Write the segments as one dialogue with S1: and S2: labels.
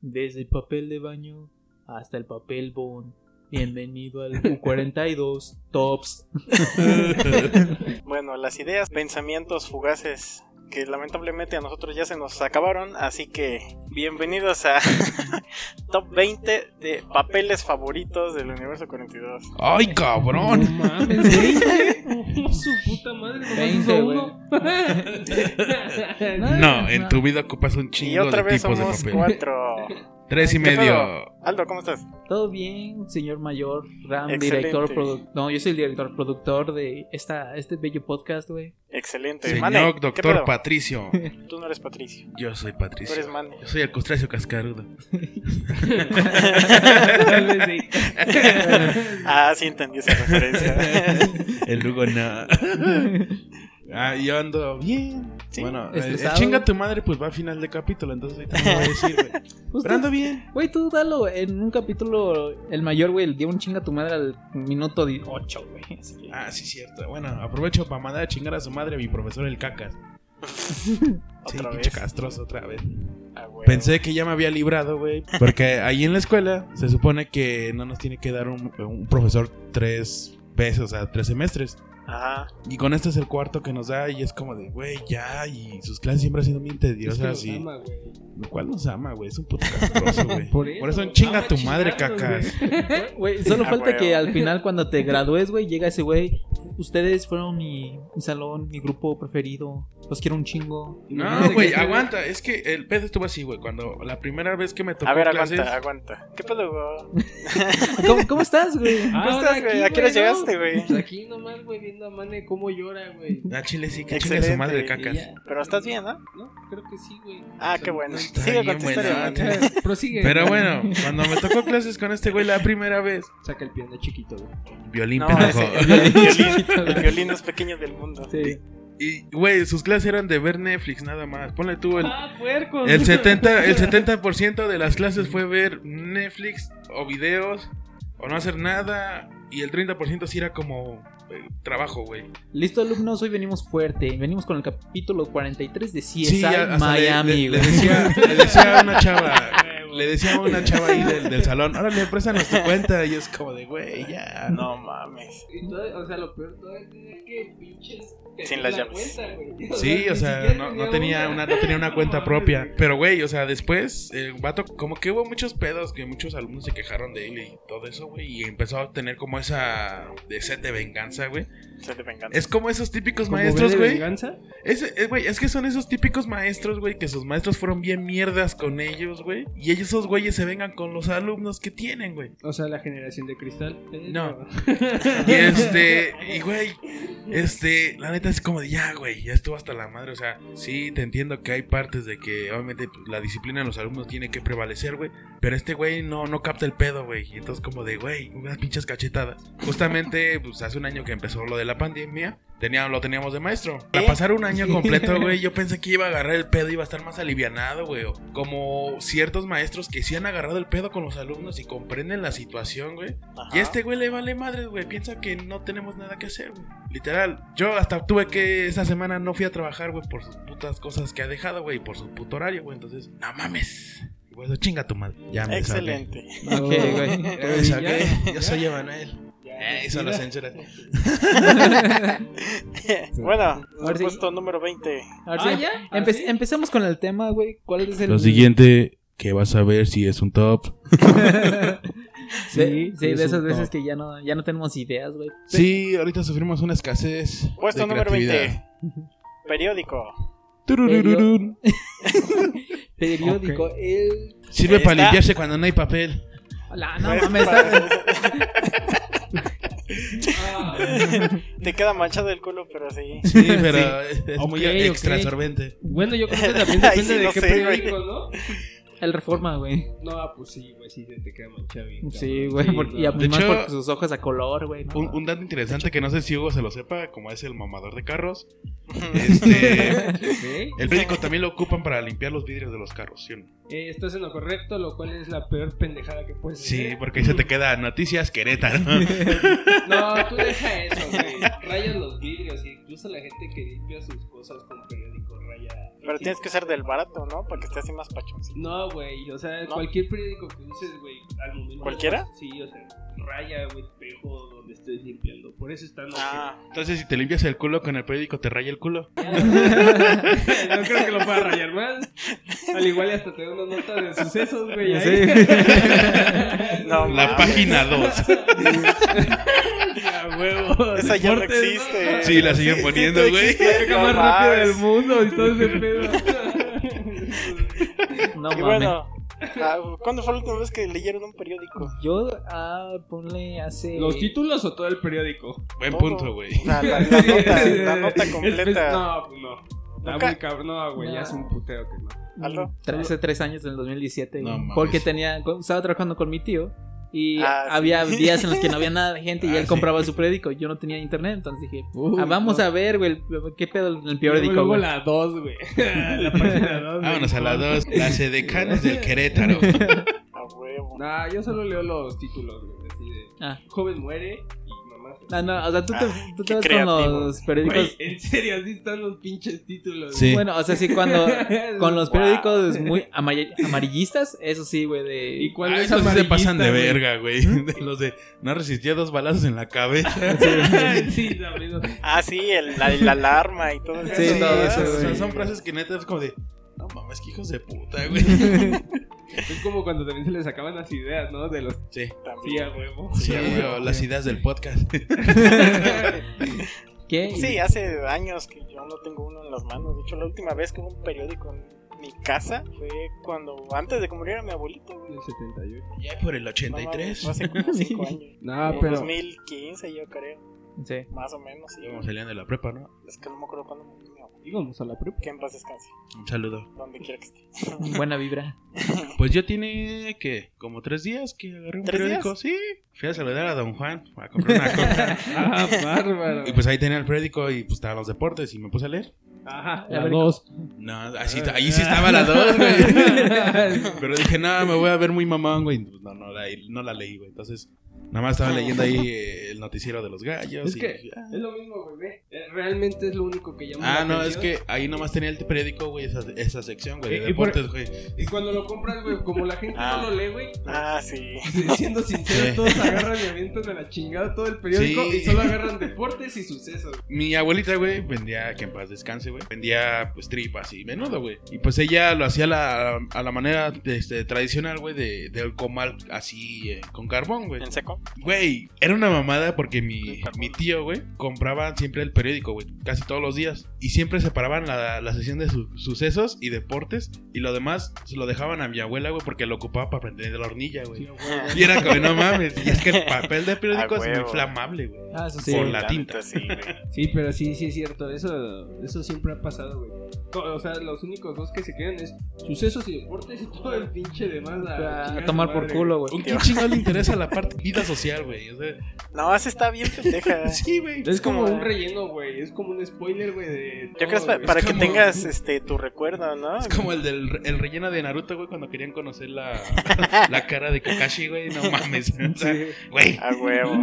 S1: desde el papel de baño hasta el papel bond. Bienvenido al Q42 Tops.
S2: Bueno, las ideas, pensamientos fugaces que lamentablemente a nosotros ya se nos acabaron, así que bienvenidos a Top 20 de papeles favoritos del Universo 42.
S3: ¡Ay,
S4: No
S3: cabrón!
S4: mames, güey. Su puta madre, nomás
S1: Veinte,
S4: uso
S1: güey.
S4: uno.
S3: No, en tu vida ocupas un
S2: Y
S3: chingo
S2: otra
S3: de
S2: vez
S3: tipos de
S2: somos
S3: papel.
S2: cuatro.
S3: Tres y
S2: ¿Qué
S3: medio.
S2: Aldo, ¿cómo estás?
S1: Todo bien, señor mayor, Ram,
S2: Excelente.
S1: director, produ- No, yo soy el director, productor de esta, este bello podcast, güey.
S2: Excelente. Mane,
S3: Señor
S2: ¿qué
S3: doctor
S2: pedo?
S3: Patricio.
S2: Tú no eres Patricio,
S3: Yo soy
S2: tú eres
S3: Patricio.
S2: Mane.
S3: Yo soy el Costracio Cascarudo.
S2: Ah, sí entendí esa referencia.
S3: El Lugo no. Ah, yo ando bien.
S2: Sí,
S3: bueno, eh,
S1: estresado.
S3: chinga tu madre, pues va a final de capítulo, entonces ahorita no voy a decir, güey.
S1: Usted-
S3: Pero ando bien.
S1: Güey, tú dalo. En un capítulo, el mayor, güey, le dio un chinga a tu madre al minuto 8, güey. Así que-
S3: Ah, sí, cierto. Bueno, aprovecho para mandar a chingar a su madre a mi profesor el cacas. Sí,
S2: Otra
S3: pinche
S2: vez.
S3: castroso, otra vez.
S2: Ah, güey.
S3: Pensé que ya me había librado, güey. Porque ahí en la escuela se supone que no nos tiene que dar un, un profesor tres veces, o sea, tres semestres.
S2: Ajá.
S3: Y con este es el cuarto que nos da y es como de, güey, ya. Y sus clases siempre han sido bien tediosas.
S4: Es que
S3: y-
S4: los ama, güey.
S3: Lo cual nos ama, güey. Es un puto castroso, güey.
S4: Por eso,
S3: Por eso, chinga
S4: ama
S3: tu madre,
S4: chingarlos,
S3: cacas.
S1: Güey, solo
S2: Ah,
S1: falta
S2: güey.
S1: que al final cuando te gradúes, güey, llega ese güey. Ustedes fueron mi, mi salón, mi grupo preferido. Los quiero un chingo.
S3: No, güey,
S1: aguanta
S3: aguanta. Es que el pedo estuvo así, güey. Cuando la primera vez que me tocó
S2: A ver,
S3: clases,
S2: aguanta, aguanta. ¿Qué pedo, güey?
S1: ¿Cómo, cómo estás, güey?
S4: Ah,
S2: ¿Cómo estás,
S4: aquí,
S2: güey? ¿A qué
S4: güey,
S2: hora
S4: no?
S2: llegaste, güey?
S4: Pues aquí nomás, güey, viendo a Mane cómo llora, güey.
S3: a ah, Chile sí que chinga su
S2: Excelente,
S3: madre,
S2: y
S3: cacas.
S4: Y ya.
S2: Pero estás bien, ¿no?
S4: No, creo que sí, güey. Eh,
S2: Ah, qué bueno.
S3: Está
S2: Sigue
S3: bien
S2: con tu
S3: buena,
S2: historia,
S3: ¿no?
S2: Mane.
S4: Prosigue.
S3: Pero bueno, cuando me tocó clases con este güey la primera vez,
S4: Saca el piano chiquito, güey.
S3: violín,
S2: No,
S3: pendejo.
S2: ese- el violín, el violín más pequeño del mundo.
S1: Sí.
S3: Y, güey, sus clases eran de ver Netflix nada más. Ponle tú el,
S4: Ah, puercos.
S3: el 70, el 70% de las clases fue ver Netflix o videos o no hacer nada y el 30% sí era como eh, trabajo, güey.
S1: Listo, alumnos, hoy venimos fuerte. Venimos con el capítulo 43 de CSI
S3: Sí, ya, hasta le-
S1: Miami,
S3: le, le
S1: güey.
S3: decía, le decía a una chava, le decía a una chava ahí del, del salón, órale, préstanos tu cuenta y es como de, güey, ya.
S2: No mames.
S4: Y todo- o sea, lo peor todo es que pinches.
S2: Sin
S4: la
S2: las llaves.
S4: cuenta, güey.
S3: Sí, o
S4: ni
S3: sea,
S4: siquiera
S3: no, no tenía una, no tenía una cuenta
S4: mames,
S3: propia.
S4: güey.
S3: Pero, güey, o sea, después, el vato, como que hubo muchos pedos que muchos alumnos se quejaron de él y todo eso, güey. Y empezó a tener como esa de sed de venganza, güey.
S2: Se te venganza.
S3: Es como esos típicos
S4: Como
S3: maestros,
S4: ve de
S3: güey.
S4: venganza,
S3: Es, es- güey, es que son esos típicos maestros, güey, que sus maestros fueron bien mierdas con ellos, güey. Y ellos, esos güeyes se vengan con los alumnos que tienen, güey.
S4: O sea, la generación de cristal. Eh,
S3: No. Y este, y güey, este, la neta es como de ya, güey, ya estuvo hasta la madre. O sea, sí, te entiendo que hay partes de que obviamente pues, la disciplina de los alumnos tiene que prevalecer, güey. Pero este güey no, no capta el pedo, güey. Y entonces, como de, güey, unas pinches cachetadas. Justamente, pues hace un año que empezó lo de la pandemia. Tenía, lo teníamos de maestro. Para
S2: ¿Eh?
S3: pasar un año completo, güey, yo pensé que iba a agarrar el pedo, iba a estar más alivianado, güey. o Como ciertos maestros que sí han agarrado el pedo con los alumnos y comprenden la situación, güey.
S2: Ajá.
S3: Y a este güey le vale madre, güey. Piensa que no tenemos nada que hacer, güey. Literal. Yo hasta tuve que esta semana no fui a trabajar, güey, por sus putas cosas que ha dejado, güey, y por su puto horario, güey. Entonces, no mames. Y Güey, eso chinga tu madre. Ya me
S2: Excelente.
S1: Ok, güey.
S3: saqué. Ya me saqué. Yo soy Emanuel. Eh, eso lo censura.
S2: bueno,
S1: Ahora sí.
S2: puesto número 20.
S1: Ahora sí,
S4: ya.
S1: empe- empecemos con el tema, güey. ¿Cuál es el.
S3: siguiente que vas a ver si es un top.
S1: Sí, sí,
S3: Sí, es
S1: de esas
S3: un
S1: veces
S3: top.
S1: que ya no, ya no tenemos ideas, güey.
S3: Sí, ahorita sufrimos una escasez.
S2: Puesto
S3: de
S2: número
S3: creatividad.
S2: 20. Periódico.
S3: Tururururun.
S1: Periódico. El...
S3: Sirve para
S2: Está-
S3: limpiarse cuando no hay papel.
S1: La, no,
S2: Pues,
S1: mames,
S2: para-
S1: está-
S2: Te queda manchado el culo, pero sí.
S3: Sí, pero es
S4: Ok,
S3: muy
S4: ok.
S3: extra absorbente.
S4: Bueno, yo creo que también depende
S2: Ay, sí,
S4: de
S2: no
S4: qué
S2: sé,
S4: periódico, ¿no?
S1: el reforma, güey.
S4: No, ah, pues sí, güey, sí, se te queda manchado bien.
S1: Sí,
S4: cabrón.
S1: güey. porque- y
S4: no.
S3: De
S1: además
S3: hecho-
S1: porque sus hojas a color, güey. no.
S3: Un, un dato interesante que no sé si Hugo se lo sepa, como es el mamador de carros. Este,
S4: Ok.
S3: el periódico también lo ocupan para limpiar los vidrios de los carros, ¿sí o no?
S4: Eh, estás en lo correcto, lo cual es la peor pendejada que puedes
S3: Sí,
S4: hacer.
S3: porque ahí se te queda Noticias Querétaro.
S4: No, tú deja eso, güey. Rayas los vidrios. Incluso la gente que limpia sus cosas con periódico raya,
S2: Pero tienes que usar del barato, ¿no? Para que esté así más pachoncito.
S4: No, güey, o sea,
S2: No.
S4: cualquier periódico que uses, güey, al momento.
S2: ¿Cualquiera?
S4: Sí, o sea, raya, güey, espejo donde estés limpiando. Por eso están los.
S2: Ah,
S3: Entonces, si te limpias el culo con el periódico, te raya el culo.
S4: no creo que lo pueda rayar más. Al igual y hasta te da una nota de sucesos, güey. ahí.
S2: No,
S3: La
S2: mames.
S3: página 2.
S4: A huevo.
S2: esa ya no
S4: Deportes,
S2: existe.
S3: Sí, la siguen poniendo,
S2: sí
S3: güey.
S2: existe,
S4: Creo que
S2: no
S4: más rápido
S2: mames.
S4: del mundo y todo ese pedo.
S1: No
S2: Y
S1: mames.
S2: bueno, ah, ¿cuándo fue la última vez que leyeron un periódico?
S1: Yo, ah, ponle hace.
S4: ¿Los títulos o todo el periódico?
S3: Buen
S2: Todo.
S3: punto, güey.
S2: O sea, la, la nota, la nota
S4: Espe-
S2: completa.
S4: No, pues no. Está
S2: Nunca-
S4: muy cabrón. No, güey,
S1: No.
S4: ya es un puteo que no.
S2: Aló.
S1: Tre- Hace tres años, en el 2017.
S3: No
S1: güey,
S3: mames.
S1: porque tenía, estaba trabajando con mi tío y
S2: Ah, sí.
S1: había días en los que no había nada de gente y
S3: Ah,
S1: él
S3: sí.
S1: compraba su periódico. Yo no tenía internet, entonces dije, ah, vamos a ver, güey, el- qué pedo el
S4: Luego,
S1: periódico.
S4: luego
S1: güey.
S4: la 2, güey. la página 2.
S3: Vámonos a la 2. Las edecanes del Querétaro.
S2: A huevo.
S4: Nah, yo solo leo los títulos, güey. Así de.
S1: Ah.
S4: Joven muere y mamá. se-
S1: Ah, no, o sea, tú te,
S2: Ah,
S1: tú te
S2: qué
S1: vas
S2: creativo.
S1: con los
S4: Güey,
S1: periódicos.
S4: en serio, así están los pinches títulos.
S3: Sí.
S1: Bueno, o sea, sí, cuando. Con los periódicos muy amay- amarillistas, eso sí, güey, de.
S4: ¿Y cuál
S3: Ah,
S4: es
S3: esos sí se pasan de
S4: amarillista,
S3: verga, güey. De Los de no resistía dos balazos en la cabeza.
S4: güey? sí, la verdad.
S2: Ah, sí, el- la, la alarma y todo eso.
S1: Sí, todo
S2: ¿verdad?
S1: eso,
S3: o sea,
S1: güey.
S3: son frases que neta es como de. No mames, que hijos de puta, güey.
S4: Es como cuando también se les acaban las ideas, ¿no? De los
S3: Sí,
S4: sí,
S2: También.
S4: a huevo.
S3: sí,
S1: Sí,
S3: güey,
S1: güey.
S3: las ideas del podcast.
S1: ¿Qué?
S2: Sí, hace años que yo no tengo uno en las manos. De hecho, la última vez que hubo un periódico en mi casa fue cuando, antes de que muriera mi abuelito, güey.
S4: El 78.
S3: Ya por el
S2: No mames,
S3: 83.
S2: fue hace como 5 años.
S1: Ah,
S4: No,
S2: Como
S4: pero.
S2: 2015 yo creo,
S1: Sí.
S2: más o menos. sí.
S3: Íbamos saliendo de la prepa, ¿no?
S2: Es que no me acuerdo cuándo murió mi abuelo.
S4: Íbamos a la prepa.
S2: Que en paz descanse,
S3: Un saludo.
S2: donde quiera que esté.
S1: Buena vibra.
S3: Pues yo tiene, ¿qué? Como tres días que agarré un
S2: ¿Tres
S3: periódico. Sí. Fui a saludar a don Juan a comprar una coca.
S4: Ah, bárbaro.
S3: y pues ahí tenía el periódico y pues estaban los deportes y me puse a leer.
S4: Ajá,
S1: la
S4: la
S1: verga.
S4: 2.
S3: No, así, ahí sí estaba la dos, güey. Pero dije, no, me voy a ver muy mamón, güey. Pues no, no la, no la leí, güey. Entonces, nada más
S2: Ah.
S3: estaba leyendo ahí eh, el noticiero de los gallos.
S4: Es
S3: y-
S4: que- Es lo mismo, güey. Eh, Realmente es lo único que llama.
S3: Ah,
S4: la
S3: no, es
S4: atención.
S3: que ahí nomás tenía el periódico, güey, esa, esa sección, güey, de
S4: Eh, Y- y por-
S3: deportes, güey.
S4: Y cuando lo compras, güey, como la gente
S2: Ah.
S4: no lo lee, güey.
S2: Ah, sí.
S4: Siendo sincero,
S3: Sí.
S4: todos agarran y avientan a la chingada todo el periódico
S3: Sí.
S4: y solo agarran deportes y sucesos.
S3: Mi abuelita, güey, vendía, que en paz descanse, güey, vendía, pues, tripas y menudo, güey. Y pues ella lo hacía a la, a la manera este, tradicional, güey, de, del comal así, eh, con carbón, güey.
S2: En seco.
S3: Güey, era una mamada porque mi, mi tío, güey, compraba siempre el periódico, güey, casi todos los días. Y siempre separaban la, la sesión de su- sucesos y deportes. Y lo demás se lo dejaban a mi abuela, güey, porque lo ocupaba para prender la hornilla, güey. Y era como, no mames. Y es que el papel de periódico
S2: A
S3: es muy
S2: huevo.
S3: inflamable, güey.
S1: Ah, eso sí.
S3: Por la tinta.
S2: neta, Sí, güey.
S4: Sí, pero sí, sí es cierto. Eso, eso siempre ha pasado, güey. To- O sea, los únicos dos que se quedan es sucesos y deportes y todo el pinche de más.
S1: A tomar por culo, güey.
S3: ¿Un qué chingado le interesa la parte vida social, güey? O sea,
S2: No, esa está bien pendeja.
S3: sí, güey.
S4: Es como
S2: como-
S4: un relleno, güey. Es como un spoiler, güey. de
S2: Yo creo que es
S4: todo,
S2: pa-
S4: güey.
S2: para
S3: Es
S2: que
S3: como-
S2: tengas este tu recuerdo, ¿no?
S3: Es como el del re- el relleno de Naruto, güey, cuando querían conocer la, la cara de Kakashi, güey. No mames. O sea, güey.
S2: A huevo.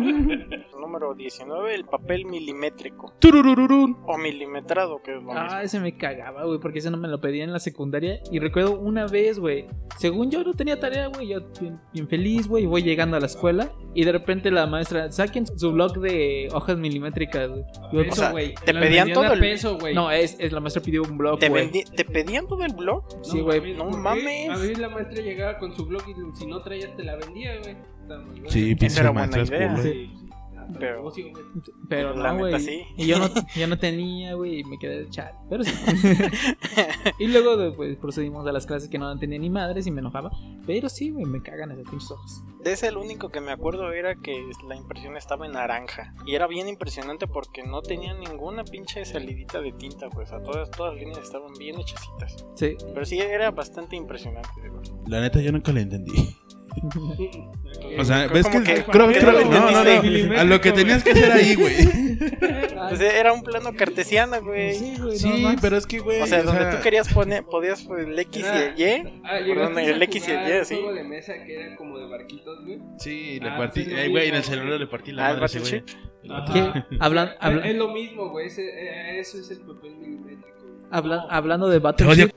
S2: Número 19, el papel milimétrico
S3: Tururururun.
S2: o milimetrado, que es lo
S1: Ah,
S2: mismo.
S1: ese me cagaba, güey, porque ese no me lo pedía en la secundaria. Y recuerdo una vez, güey, según yo no tenía tarea, güey, yo bien, bien feliz, güey, voy llegando a la escuela y de repente la maestra, saquen su blog de hojas milimétricas, güey. Yo,
S2: este, O sea,
S4: Peso, güey.
S2: te
S4: Las
S2: pedían
S4: vendían
S2: todo
S4: a
S2: el-
S4: peso, güey.
S1: no, es, es- la maestra pidió un blog,
S2: ¿Te,
S1: güey.
S2: vendi- ¿Te pedían todo el blog?
S1: Sí, güey.
S4: mames,
S2: No
S4: ¿por qué?
S2: mames.
S4: A ver, la maestra llegaba con su blog y si no traías te la vendía, güey. Está muy bueno.
S3: Sí,
S2: Esa era
S3: pinche
S2: buena
S3: maestras
S2: idea.
S3: culo.
S4: Sí. Pero...
S2: Pero-
S4: güey.
S1: Pero
S2: La
S1: no,
S2: neta,
S1: güey.
S2: sí.
S1: Y yo no, yo no tenía, güey, y me quedé de chat. Pero sí. y luego de- pues, procedimos a las clases que no tenía ni madres y me enojaba. Pero sí, güey, me cagan esas pinches hojas.
S2: De ese el único que me acuerdo era que la impresión estaba en naranja. Y era bien impresionante porque no tenía ninguna pinche salidita de tinta, pues. O sea, todas, todas las líneas estaban bien hechecitas.
S1: Sí.
S2: Pero sí era bastante impresionante, de verdad.
S3: La neta, yo nunca la entendí. O sea,
S2: Como
S3: ves que,
S2: que-
S3: creo
S2: ¿qué
S3: creo-
S2: lo
S3: no, no,
S4: entendiste?
S3: no. A lo que tenías que hacer ahí, güey.
S1: Ay,
S2: Pues era un plano cartesiano, güey.
S1: Sí, güey,
S3: Sí,
S1: no más.
S3: pero es que, güey.
S2: O sea, donde tú querías poner, podías pues, el X y el Y.
S4: Ah,
S2: Perdón,
S4: llegaste
S2: el
S4: a
S2: X y
S4: jugar
S2: el Y,
S4: un
S2: sí.
S4: juego de mesa que era como de barquitos, güey.
S3: Sí, le
S4: Ah,
S3: partí.
S4: sí, lo
S3: eh, güey, en
S4: mismo.
S3: el celular le partí
S2: Ah,
S3: la
S2: el
S3: madre, a ese güey.
S2: Battleship.
S1: ¿Qué? Hablan,
S3: Ah.
S4: Es-
S1: hablan-
S4: eh, Es lo mismo, güey. ese- eh, Eso es el papel milimétrico. güey.
S1: Habla- hablando de
S3: Te odio.
S1: Battleship.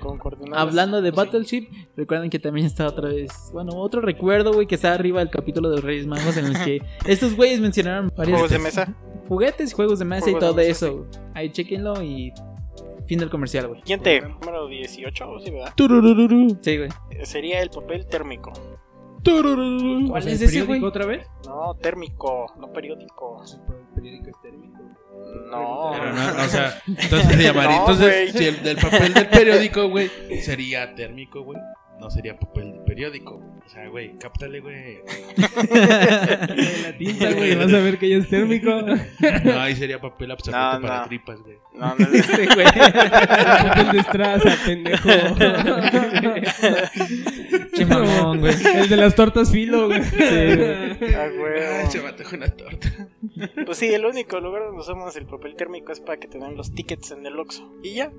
S2: Con coordenadas.
S1: Hablando de Battleship, recuerden que también está otra vez. Bueno, otro recuerdo, güey, que está arriba del capítulo de los Reyes Magos en el que estos güeyes mencionaron varios
S2: Juegos de mesa.
S1: juguetes, juegos de mesa y
S2: Juegos
S1: todo
S2: de mesa,
S1: eso. güey. Ahí chequenlo y fin del comercial, güey.
S2: Siguiente, número 18, sí, ¿verdad?
S1: Sí, güey.
S2: Eh, Sería el papel térmico.
S1: ¿Cuál
S4: O sea,
S1: es
S4: ¿el
S1: ese,
S4: periódico
S1: güey?
S4: otra vez?
S2: No, térmico, no periódico.
S4: El periódico es térmico.
S2: No.
S3: Pero no, o sea, entonces se llamaría.
S2: No, güey.
S3: entonces, si el del papel del periódico, güey, sería térmico, güey. No sería papel de periódico. güey. O sea, güey, cáptale, güey.
S4: Eh, La tinta, güey, vas a ver que ya es térmico.
S3: No, ahí sería papel absorbente
S2: No,
S3: para
S2: no.
S3: tripas, güey.
S2: No, no es-
S1: Este, güey.
S4: El de ah, Estraza, pendejo.
S1: Che mamón, güey.
S4: El de las tortas filo, güey.
S2: Ah, güey.
S3: Ay, se me antojó una torta.
S2: Pues sí, el único lugar donde usamos el papel térmico es para que te den los tickets en el Oxxo. Y ya,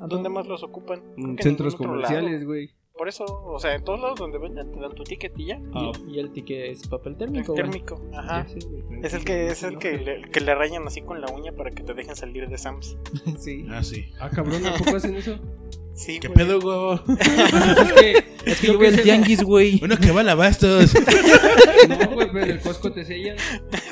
S2: ¿a dónde más los ocupan? Creo que en
S4: Centros
S2: ningún otro lado.
S4: comerciales, güey.
S2: Por eso, o sea, en todos lados donde vendan te dan tu ticket y ya.
S4: Ah,
S1: Y, y el ticket es papel
S2: El
S1: térmico, güey.
S2: térmico, ajá. Es el que es el que le, que le rayan así con la uña para que te dejen salir de Sam's.
S1: Sí.
S3: Ah, sí.
S4: Ah, cabrón, ¿a poco hacen eso? Pues
S2: Sí,
S3: ¿Qué
S2: güey.
S3: pedo, güey?
S4: Es que,
S1: Es que yo voy al tianguis, güey.
S3: Uno que va a la bastos.
S4: no, güey, pero en el Costco te sellan.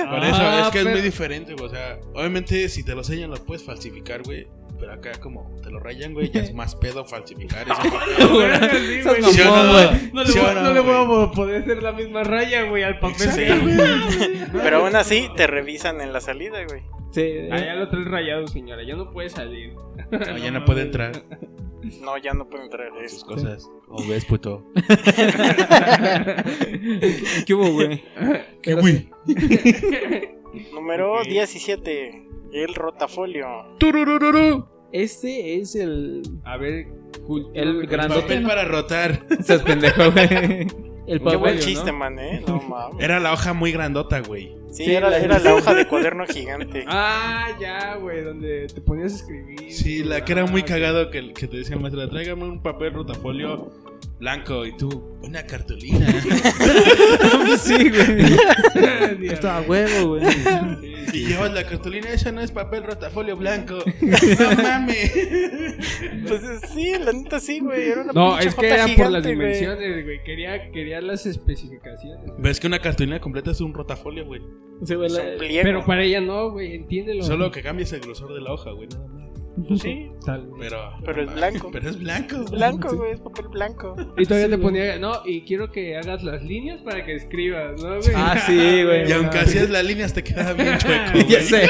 S4: Ah,
S3: Por eso, es que es muy diferente, güey. O sea, obviamente si te lo sellan lo puedes falsificar, güey. Pero acá como te lo rayan, güey, ya es más pedo falsificar eso.
S4: diferente.
S3: ¿Sí o no, güey?
S4: No le,
S3: ¿Sí o
S4: voy, no le
S3: güey?
S4: voy a poder hacer la misma raya, güey, al papel.
S2: Sí. Pero aún así te revisan en la salida, güey.
S1: Sí.
S4: Allá lo traes rayado, señora. Ya no puede salir.
S3: No, ya no puede entrar
S2: No, ya no pueden entrar. Es-
S3: sus cosas. O ves, puto.
S1: ¿Qué hubo, güey?
S3: ¿Qué,
S1: Pero
S3: güey?
S2: Número
S3: Ok.
S2: 17, el rotafolio.
S3: Tururururu.
S1: Este es el.
S4: A ver,
S1: El grandote.
S3: Papel para rotar.
S1: Estás pendejo, güey. El
S2: Qué buen
S1: papel.
S2: chiste, man, eh. No mames.
S3: Era la hoja muy grandota, güey.
S2: Sí,
S1: Sí,
S2: era,
S1: la-
S2: era la hoja de cuaderno gigante.
S4: Ah, ya, güey, donde te ponías a escribir.
S3: Sí,
S4: güey.
S3: la que era muy
S4: Ah,
S3: cagado que, que te decía el maestro, tráigame un papel rotafolio blanco y tú, una cartulina.
S1: Sí, güey.
S4: sí,
S1: Esto a huevo, güey.
S3: y llevas la cartulina, eso no es papel rotafolio blanco. No mames.
S2: Pues eh, sí, la neta sí, güey. Era una
S4: No,
S2: pinche
S4: es que
S2: jota
S4: era por
S2: gigante,
S4: las
S2: güey.
S4: dimensiones, güey. Quería, quería las especificaciones.
S3: Ves que una cartulina completa es un rotafolio, güey.
S1: Sí, güey,
S2: Es
S1: la-
S2: un pliego.
S4: Pero para ella no, güey, entiéndelo.
S3: Solo que cambias el grosor de la hoja, güey, nada más.
S2: Sí,
S4: Tal, güey.
S3: Pero,
S2: Pero es blanco.
S3: Pero es blanco. güey.
S2: blanco, güey, es papel blanco.
S4: Y todavía
S1: Sí,
S4: te
S1: güey.
S4: ponía, no, y quiero que hagas las líneas para que escribas, ¿no, güey?
S1: Ah, sí, güey.
S3: Y aunque
S4: Ah,
S3: hacías las líneas te quedaba bien chueco. güey.
S1: Ya sé.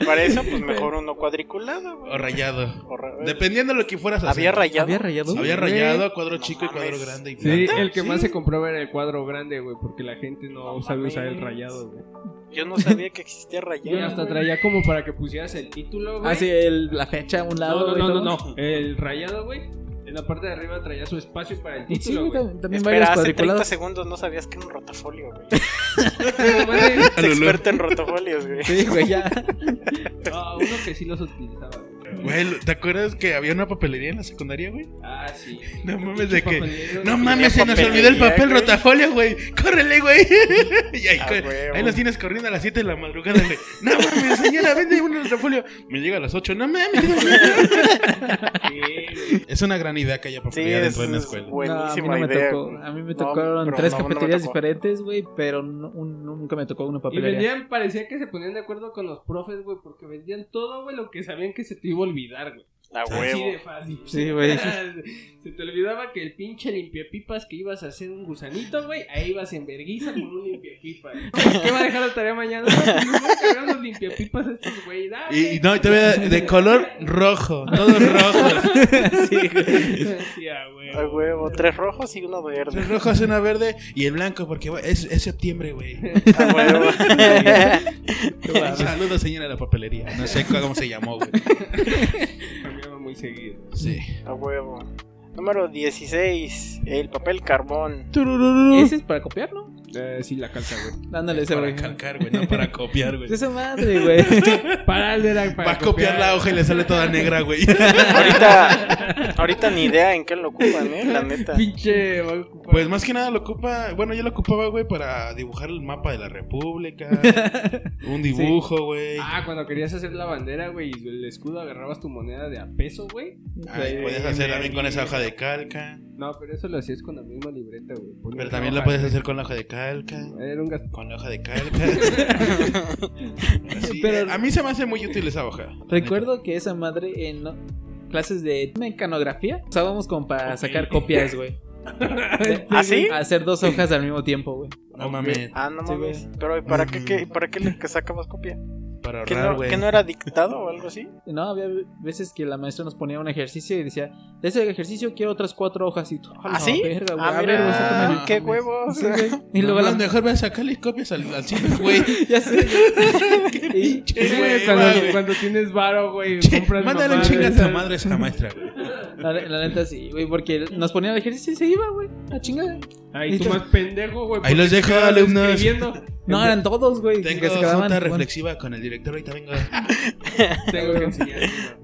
S2: Y para eso, pues mejor uno cuadriculado, güey.
S3: O rayado.
S2: O ra- eh,
S3: Dependiendo de lo que fueras a hacer.
S2: Había rayado.
S1: ¿Había rayado?
S3: Había
S4: Sí,
S3: rayado,
S4: güey.
S3: cuadro
S2: No
S3: chico y cuadro
S2: mames.
S3: grande. Y
S4: Sí,
S3: blanco.
S4: el que
S3: Sí.
S4: más se compraba era el cuadro grande, güey, porque la gente no,
S2: No
S4: sabe usar el
S2: mames.
S4: rayado, güey.
S2: Yo no sabía que existía
S4: Y
S2: rayado.
S4: hasta
S2: güey.
S4: traía como para que pusieras el título, güey.
S1: Ah, sí, el- la fecha a un lado.
S4: No, no,
S1: güey,
S4: no, no,
S1: todo.
S4: no. El rayado, güey, en la parte de arriba traía su espacio para el
S1: Sí,
S4: título,
S1: güey,
S4: güey.
S1: tam- también varios
S2: Espera, hace 30
S1: cuadriculados.
S2: segundos no sabías que era un rotafolio, güey.
S4: Ah, Pero, güey,
S2: Es experto en rotafolios, güey.
S1: Sí, güey, ya.
S4: no, uno que sí los utilizaba. güey.
S3: Güey, ¿te acuerdas que había una papelería en la secundaria, güey?
S4: Ah, sí.
S3: No mames, de que.
S4: Papelero,
S3: No
S4: güey.
S3: mames, se nos olvidó el papel rotafolio, güey. Córrele, güey. Y ahí,
S2: Ah,
S3: co-
S2: güey,
S3: ahí
S2: güey.
S3: los tienes corriendo a las 7 de la madrugada, güey. No mames, señora, vende un rotafolio. Me llega a las 8. No mames.
S4: Sí, güey.
S3: Es una gran idea que haya
S2: Sí,
S3: papelería
S2: es,
S3: dentro de una
S2: es
S3: escuela.
S2: buenísima
S1: no, a mí no
S2: idea.
S1: Me tocó.
S2: güey.
S1: A mí me
S2: No,
S1: tocaron
S2: pero
S1: tres
S2: no, no me
S1: cafeterías
S2: tocó.
S1: diferentes, güey, pero no- un- nunca me tocó una
S4: Y
S1: papelería.
S4: vendían, parecía que se ponían de acuerdo con los profes, güey, porque vendían todo, güey, lo que sabían que se te iba a olvidar, güey.
S2: A
S4: Así de
S2: huevo.
S4: fácil.
S1: Sí, güey.
S4: se te olvidaba que el pinche limpiapipas que ibas a hacer un gusanito, güey, ahí ibas en verguiza con un limpiapipas. ¿Qué va a dejar la tarea mañana? No, pues, voy a cargar los limpiapipas a estos, güey. dale.
S3: Y, y no, y todavía de color rojo. Todos rojos.
S1: Sí, güey.
S4: Sí, ah, güey.
S2: A huevo. Tres rojos y uno verde.
S3: El rojo es una verde y el blanco, porque güey, es, es septiembre, güey.
S2: A huevo.
S3: Saludos, señora de la papelería. No sé cómo se llamó, güey.
S4: Cambiaba muy seguido.
S3: Sí.
S2: A huevo. Número 16, el papel carbón.
S1: Ese es para copiar, ¿no?
S4: Eh, sí, la calca, güey.
S1: Dándole ese,
S3: Para
S1: güey.
S3: calcar, güey, no para copiar, güey.
S1: Es esa madre, güey.
S4: Para el de la.
S3: Va a copiar la hoja y le sale toda negra, güey.
S2: Ahorita, ahorita ni idea en qué lo ocupan, eh, la neta.
S4: Pinche. va a ocupar.
S3: Pues más que nada lo ocupa, bueno, yo lo ocupaba, güey, para dibujar el mapa de la República, un dibujo, güey.
S4: Ah, cuando querías hacer la bandera, güey, y el escudo agarrabas tu moneda de a peso, güey.
S3: Ay, puedes hacer también con esa hoja de calca,
S4: No, pero eso lo hacías con la misma libreta, güey. Ponías
S3: pero
S4: la
S3: también
S4: hoja,
S3: la puedes
S4: güey.
S3: hacer con la hoja de calca.
S4: Era un gasto.
S3: Con la hoja de calca. Así, eh,
S1: Pero-
S3: a mí se me hace muy útil esa hoja. la neta.
S1: Recuerdo que esa madre en ¿no? clases de mecanografía usábamos como para sacar copias, güey.
S2: ¿Ah, sí?
S1: Hacer dos hojas al mismo tiempo, güey.
S3: No mames,
S2: Ah, no
S1: Sí,
S2: mames. Pero ¿y ¿para qué,
S3: Ujú.
S2: qué- para qué le que sacabas copia?
S3: para
S2: ¿Que
S3: ahorrar,
S2: no,
S3: güey.
S2: que no era dictado o algo así?
S1: No, había veces que la maestra nos ponía un ejercicio y decía, de ese ejercicio quiero otras cuatro hojas y tú. "A la
S2: ¿Ah, sí?
S1: verga, güey,
S2: Ah,
S1: a ver, güey, sácame
S2: mira,
S1: el-".
S2: qué huevos.
S1: Sí, güey. Y
S3: No,
S1: luego
S3: no,
S1: la...
S3: mejor voy a sacarle copias al, al cine, güey.
S1: Ya sé. Y-
S4: Sí,
S3: Qué
S4: güey,
S3: hueva,
S4: cuando,
S3: güey.
S4: cuando tienes varo, güey,
S3: Che,
S4: compras
S3: Mándale un
S4: mamadas.
S3: chingas a madre a esa maestra, güey.
S1: la, la neta sí, güey, porque nos ponía el ejercicio y se iba, güey, a chingada.
S4: Ahí tú más pendejo, güey.
S3: Ahí los
S4: porque
S3: dejo,
S4: te quedas
S3: alumnos.
S4: escribiendo.
S1: No, eran todos, güey.
S3: Tengo
S1: que se quedaban-
S3: nota reflexiva con el director, ahorita vengo.
S4: Tengo que enseñar las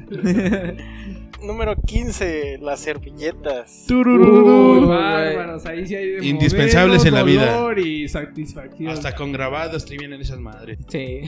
S4: notas.
S2: Número 15, las servilletas.
S4: Uy,
S1: Uy,
S4: bárbaros, ahí sí hay de
S3: Indispensables
S4: mover,
S3: en la vida.
S4: dolor y satisfacción.
S3: Hasta con grabados te vienen esas madres.
S1: Sí.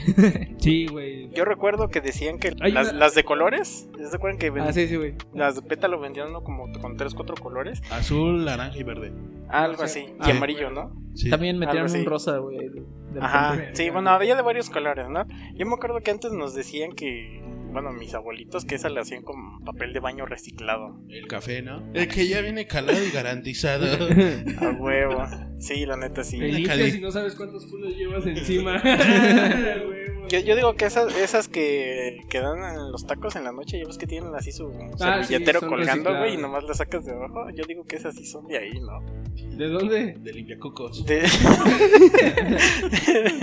S4: Sí, güey.
S2: Yo recuerdo que decían que
S4: Hay
S2: las,
S4: una-
S2: las de colores, ¿se acuerdan que ven-
S1: Ah, sí, sí, güey.
S2: las de pétalo vendían uno como con 3, 4 colores?
S3: Azul, naranja y verde.
S2: Algo
S4: sé.
S2: así,
S4: Ah,
S2: y
S3: sí.
S2: amarillo, ¿no?
S3: Sí.
S1: También me
S2: Algo
S1: tiraron
S2: así.
S1: un rosa, güey. de- de
S2: Ajá,
S1: repente.
S2: sí, bueno, había de varios colores, ¿no? Yo me acuerdo que antes nos decían que, bueno, mis abuelitos que esa la hacían con papel de baño reciclado.
S3: El café, ¿no? El que ya viene calado y garantizado.
S2: A huevo. Sí, la neta sí.
S4: Felices si no sabes cuántos culos llevas encima. Güey,
S2: Yo, yo digo que esas, esas que, que dan en los tacos en la noche, ya ves que tienen así su
S4: Ah,
S2: servilletero
S4: sí, son
S2: colgando, güey,
S4: reciclables.
S2: y nomás la sacas de abajo. Yo digo que esas sí son de ahí, ¿no?
S4: ¿De dónde?
S3: De limpiacucos.
S2: De,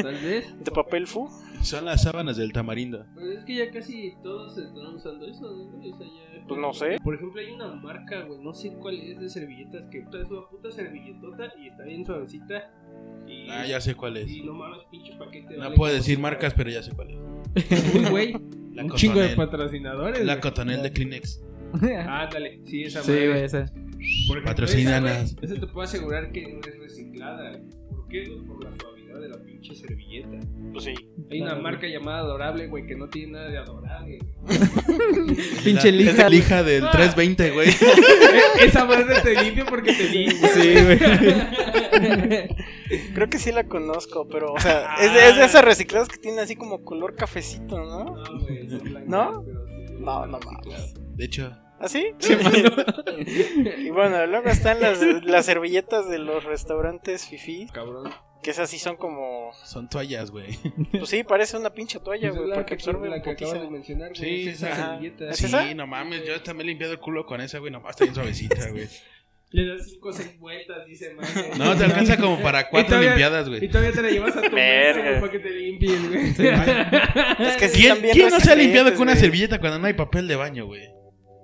S4: Tal vez.
S2: de papel fu.
S3: Son las sábanas del tamarindo.
S4: Pues es que ya casi todos están usando eso, ¿no? güey? O sea, ya-
S2: Pues no sé.
S4: Por ejemplo, hay una marca, güey, no sé cuál es de servilletas, que puta, es una puta servilletota y está bien suavecita. Y,
S3: Ah, ya sé cuál
S4: y
S3: es.
S4: no mames, pinche paquete.
S3: No
S4: vale
S3: puedo
S4: como
S3: decir
S4: si-
S3: marcas, pero ya sé cuál es.
S4: Uy, güey,
S3: La
S4: un chingo de
S3: Cotonel.
S4: patrocinadores.
S3: La
S4: güey.
S3: cotonel de Kleenex. Ah,
S4: Ándale, sí, esa
S1: Sí,
S4: madre.
S1: güey, esa.
S4: Por ejemplo,
S3: Patrocínanos.
S4: esa, güey, Esa te puedo asegurar que no es reciclada. ¿Por qué? güey? Por la suavidad de la pinche servilleta.
S2: Pues sí.
S4: Hay una
S1: Claro, güey.
S4: marca llamada Adorable, güey, que no tiene nada de adorable. Eh,
S1: Pinche
S3: La-
S1: lija.
S3: es lija del
S4: Ah.
S3: 320, güey.
S4: Esa madre te limpia porque te limpia.
S1: Sí, güey.
S2: Creo que sí la conozco, pero, o sea, es de, es
S4: Ah.
S2: de esas recicladas que tienen así como color cafecito, ¿no?
S4: No, güey, son blancas,
S2: ¿No?
S4: pero sí.
S2: No, no mames.
S3: De hecho,
S2: ¿Así? y bueno, luego están las, las servilletas de los restaurantes fifi,
S4: Cabrón.
S2: que esas sí son como.
S3: son toallas, güey.
S2: Pues sí, parece una pinche toalla,
S4: Pues es
S2: güey,
S4: la
S2: porque
S4: que,
S2: absorbe
S4: la
S2: un
S4: que acabas de
S2: poquito.
S4: mencionar, güey.
S3: Sí,
S4: es esa
S2: ajá.
S4: servilleta.
S2: ¿Es
S3: Sí,
S2: esa?
S3: no mames, yo también he limpiado el culo con esa, güey. Nomás está bien suavecita, güey.
S4: Le das cinco o seis vueltas, dice más.
S3: No, te alcanza como para cuatro
S4: todavía-
S3: limpiadas,
S4: Y
S3: güey.
S4: todavía te la llevas a tu
S2: Verga.
S4: mesa para que te limpien, güey.
S2: Es que sí,
S3: ¿Quién,
S2: Ah, están bien
S3: quién no se ha limpiado
S2: resistentes,
S3: con una
S2: güey.
S3: servilleta cuando no hay papel de baño, güey?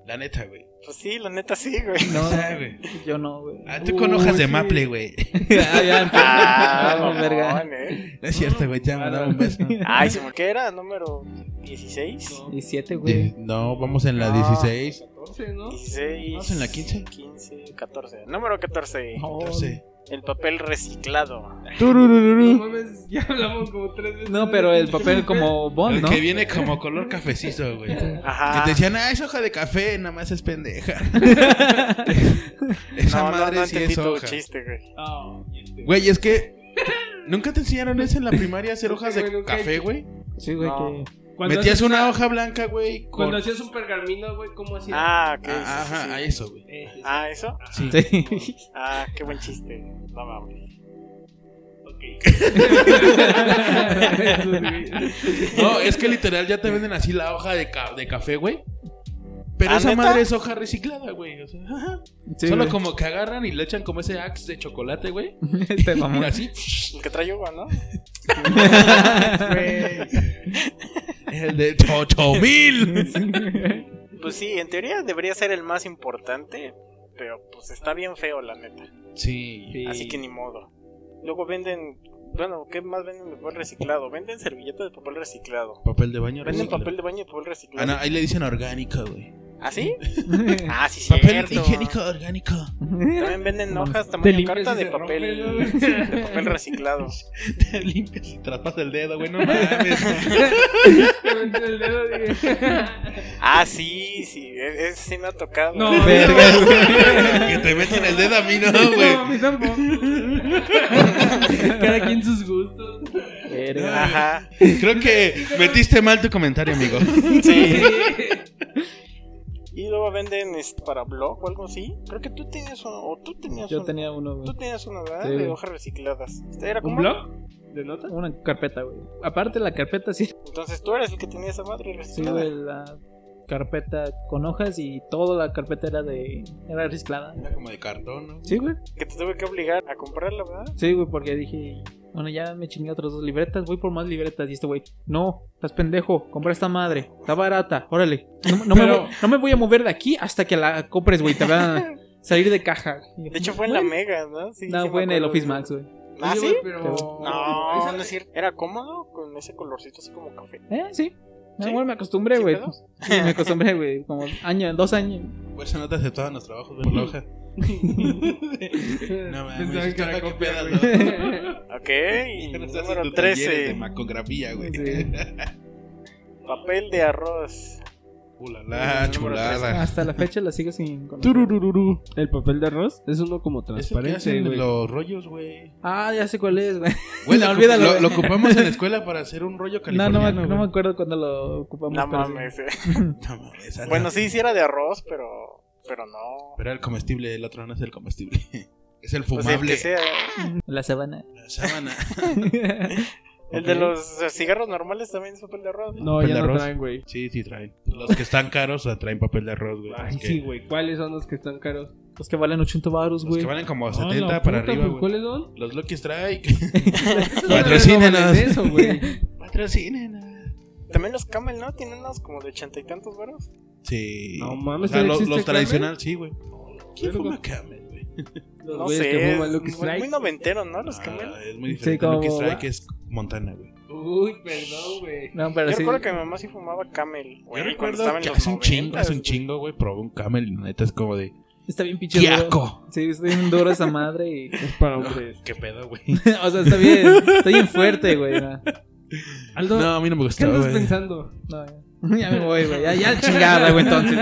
S3: La neta, güey.
S2: Pues sí, la neta sí, güey.
S1: No,
S3: O sea, güey.
S1: yo no, güey.
S3: Ah, tú con hojas
S4: Uy,
S3: de
S4: sí.
S3: maple, güey.
S1: Ah, ya, en fin.
S2: Ah,
S1: Vamos, verga.
S2: mamón, eh.
S3: No es cierto, güey, ya me daba un beso.
S2: Ay, se me ¿qué era número 16.
S1: Y siete,
S3: Eh,
S1: güey.
S3: No, vamos en
S4: Ah.
S3: la
S2: No.
S3: 16.
S4: 14, ¿no?
S2: 16.
S3: Vamos en la 15.
S2: 15, 14. Número 14.
S1: Oh,
S3: 14.
S2: El papel reciclado.
S4: No mames, ya hablamos como tres veces.
S1: No, pero el papel como Bond,
S3: El
S1: ¿no?
S3: que viene como color cafecito, güey. Que
S2: Ajá.
S3: te decían, ah, es hoja de café, nada más es pendeja. Esa
S2: No, no,
S3: madre
S2: no
S3: sí es
S2: entendí tu
S3: hoja.
S2: chiste, güey.
S4: Ah, y este.
S3: Güey, es que. ¿Nunca te enseñaron eso en la primaria, hacer hojas
S4: Güey,
S3: de
S4: nunca he
S3: café,
S4: hecho.
S3: güey?
S1: Sí, güey, que.
S4: Cuando
S3: Metías
S4: haces-
S3: una hoja blanca, güey. con-
S4: Cuando hacías un pergamino, güey, ¿cómo hacías? Eh,
S2: Ah, ok. sí, sí,
S3: Ah,
S2: sí.
S3: Ajá, a eso, güey.
S4: Ese,
S2: Ah, ¿eso?
S3: Sí.
S1: Sí.
S2: Ah, qué buen chiste. No mames.
S3: No, es que literal ya te venden así la hoja de, ca- de café, güey. Pero
S2: ¿Ah,
S3: esa
S2: neta?
S3: madre es hoja reciclada, güey. O sea, ajá.
S1: Sí,
S3: Solo
S1: güey.
S3: como que agarran y le echan como ese axe de chocolate, güey.
S1: Este mamón.
S3: Así.
S2: El que trae uva, ¿no?
S3: El de Chochomil.
S2: Pues sí, en teoría debería ser el más importante. Pero pues está bien feo, la neta.
S3: Sí.
S4: Sí.
S2: Así que ni modo. Luego venden, bueno, ¿qué más venden de papel reciclado? Venden servilletas de papel reciclado.
S3: Papel de baño.
S2: Venden
S3: reciclado.
S2: papel de baño de papel
S3: Ah, no,
S2: reciclado.
S3: ahí le dicen orgánica, güey.
S2: ¿Ah, sí? Ah, sí,
S3: Papel
S2: cierto.
S3: higiénico orgánico.
S2: También venden hojas
S4: Te
S2: tamaño
S4: limpias
S2: carta
S4: y
S2: de
S4: se rompe,
S2: papel,
S4: ¿no?
S2: de papel reciclado.
S3: Te limpias y trapas el dedo, güey. No mames.
S4: Te metes el dedo y-
S2: Ah, sí, sí, e- ese sí me ha tocado.
S4: No,
S1: Verga,
S3: que te meten el dedo a mí, no,
S4: a
S3: güey.
S4: mí tampoco. Cada quien sus gustos.
S1: Verga.
S2: Ajá.
S3: Creo que metiste mal tu comentario, amigo.
S2: Sí. Y luego venden este, para blog o algo así. Creo que tú tenías uno, o tú tenías
S1: Yo
S2: uno.
S1: tenía uno, güey.
S2: Tú tenías una, ¿verdad?
S1: Sí.
S2: De hojas recicladas. ¿Era
S4: ¿Un
S2: como?
S4: blog? ¿De notas?
S1: Una carpeta, güey. Aparte la carpeta sí,
S2: Entonces tú eres el que tenía esa
S1: sí,
S2: madre reciclada.
S1: güey, la carpeta con hojas y toda la carpeta era de era reciclada.
S3: Era como de cartón, ¿no?
S1: Sí, güey.
S2: que te tuve que obligar a comprarla, ¿verdad?
S1: Sí, güey, porque dije, bueno, ya me chingué otras dos libretas, voy por más libretas. Y este güey, no, estás pendejo, compra esta madre, está barata, órale. No, no me,
S4: Pero-
S1: voy, no me voy a mover de aquí hasta que la compres, güey, te van a salir de caja.
S2: De hecho fue en la Mega, ¿no? Sí,
S1: No,
S2: sí me
S1: fue en el
S2: acuerdo.
S1: Office Max, güey.
S2: ¿Ah,
S4: Oye,
S2: sí?
S4: güey, Pero...
S2: No,
S4: Esa-
S2: no es cierto. Era cómodo con ese colorcito así como café.
S1: Eh, sí. No,
S2: ¿Sí?
S1: bueno, me acostumbré,
S2: ¿Sí,
S1: güey.
S2: pedos?
S1: Sí, me acostumbré, güey. Como año, dos años.
S3: Por eso no te aceptaban los trabajos, güey, por la hoja. No
S4: Pensaba
S3: mames,
S4: que era
S3: qué
S4: copia,
S3: pedo,
S4: güey.
S3: ¿no?
S2: Ok,
S3: Estás haciendo
S2: número
S3: tu taller de
S2: 13.
S3: macografía, güey.
S1: Sí.
S2: Papel de arroz.
S3: Ulala, chulada.
S1: Hasta la fecha la sigo sin conocer.
S4: Tururururu. El papel de arroz es uno como
S3: Es el que
S4: transparente,
S3: hacen
S4: güey.
S3: los rollos, güey.
S1: Ah, ya sé cuál es, güey.
S3: Güey,
S1: No,
S3: lo,
S1: olvídalo,
S3: lo-
S1: güey.
S3: lo ocupamos en la escuela para hacer un
S1: No,
S3: rollo
S1: no,
S3: californiano.
S1: me- no me acuerdo cuando lo ocupamos.
S2: No
S1: pero sí.
S2: mames. eh.
S3: No mames, ala.
S2: Bueno, sí, hiciera era de arroz, pero. Pero no.
S3: Pero era el comestible, el otro no es el comestible. Es el
S2: Pues el
S3: fumable.
S2: que sea.
S1: La sabana.
S3: La sábana.
S2: El
S3: Ok.
S2: de los eh, cigarros normales también es papel de arroz. ¿no?
S4: No,
S3: Papel
S4: ya
S3: de
S4: no
S3: arroz.
S4: traen, güey.
S3: Sí, sí traen. Los que están caros eh, traen papel de arroz, güey.
S4: Ay,
S3: Los que-
S4: sí, güey. ¿Cuáles son los que están caros?
S1: Los que valen 80 baros,
S3: Los
S1: güey.
S3: que valen como
S4: Ah,
S3: 70
S4: la
S3: para
S4: puta,
S3: arriba,
S4: pues,
S3: güey.
S4: ¿Cuáles son?
S3: Los Lucky Strike. Patrocínenos.
S4: Patrocínanos. eso, güey.
S3: Patrocinen.
S2: También los camel, ¿no? Tienen unos como de ochenta y tantos varos.
S3: Sí.
S4: No mames,
S3: O sea,
S4: ¿todavía
S3: los,
S4: existe Camel?
S3: los tradicionales, sí, güey. ¿Quién
S4: Verga.
S3: fuma Camel, güey?
S4: Los
S2: No
S4: güeyes
S2: sé.
S4: que
S2: es
S4: fuman Lucky
S2: muy- muy
S4: Strike.
S2: noventero, ¿no? Los
S3: Ah,
S2: camel.
S3: es muy
S1: Sí,
S3: diferente.
S1: como-
S3: Lucky Strike es Montana, güey.
S4: Uy, perdón, güey.
S1: No, pero
S2: Yo
S1: sí.
S2: recuerdo que mi mamá sí fumaba camel.
S3: Yo
S2: güey, cuando
S3: recuerdo
S2: estaba en
S3: que
S2: los
S3: hace un chingo, hace un
S2: 90s,
S3: chingo, güey, probó un Camel y la neta es como de...
S1: Está bien pinche duro.
S3: ¡Tiaco!
S1: Sí, está bien duro esa madre. Y...
S4: Es para hombres.
S3: ¿Qué pedo, güey?
S1: o sea, está bien. Está bien fuerte, güey. No,
S4: Aldo,
S3: No, a mí no me
S4: ¿qué
S3: gustó,
S4: andas
S3: güey.
S4: pensando?
S1: no, ya. Ya me voy, güey. Ya, ya chingada, güey, entonces.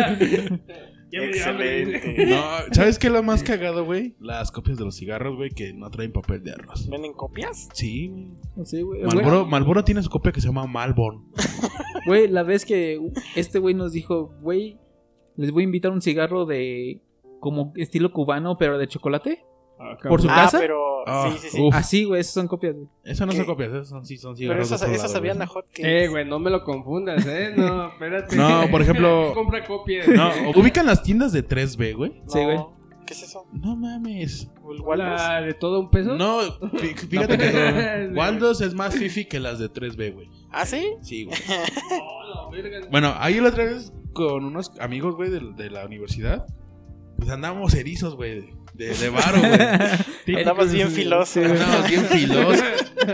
S4: Ya me dio hambre.
S2: Excelente.
S3: No, ¿sabes qué es lo más cagado, güey? Las copias de los cigarros, güey, que no traen papel de arroz.
S2: ¿Venden copias?
S3: Sí, güey.
S1: Sí, güey.
S3: Malboro, Malboro tiene su copia que se llama Malborn.
S1: Güey, la vez que este güey nos dijo, güey, les voy a invitar un cigarro de. Como estilo cubano, pero de chocolate. Por su-
S4: cabrón.
S2: ah,
S1: casa?
S2: pero.
S3: Ah,
S2: sí, sí, sí.
S3: uf.
S1: Así, güey, esas son copias, güey.
S3: Eso no son
S2: ¿Qué?
S3: copias, esas son, sí, son
S2: Pero
S3: cigarros.
S2: esas,
S3: de otro
S2: esas
S3: lado,
S2: sabían a
S3: güey.
S2: hot
S4: Eh, güey, no me lo confundas, eh. No, espérate.
S3: No, por ejemplo-
S4: Compra copias.
S3: No, ubican las tiendas de 3B, güey.
S1: Sí, güey.
S2: ¿Qué es eso?
S3: No mames.
S2: ¿El Waldos?
S4: ¿La de todo un peso?
S3: No, fí- fíjate que Waldos es más fifi que las de 3B, güey.
S2: ¿Ah, sí?
S3: Sí, güey.
S4: Oh, la verga.
S3: Bueno, ahí la otra vez con unos amigos, güey, de, de la universidad. Pues andábamos erizos, güey. De, de varo, güey.
S2: Andabas bien filoso.
S3: Andábamos bien filosos.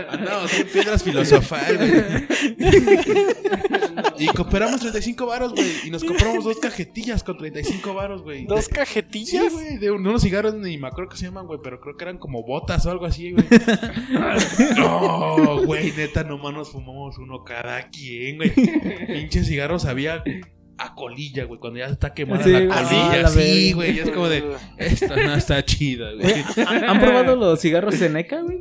S3: Andábamos bien piedras filosofales, güey. Y cooperamos 35 varos, güey. Y nos compramos dos cajetillas con 35 varos, güey.
S2: ¿Dos
S3: Sí,
S2: cajetillas?
S3: güey, de un- unos cigarros ni me acuerdo que se llaman, güey, pero creo que eran como botas o algo así, güey. no, güey, neta, nomás nos fumamos uno cada quien, güey. Pinche cigarro sabía a colilla, güey, cuando ya está quemada
S1: Sí,
S3: la
S1: güey. Ah,
S3: colilla.
S1: la
S3: sí,
S1: verga.
S3: güey, es como de, esta no está chida, güey.
S1: ¿Han probado los cigarros Seneca, güey?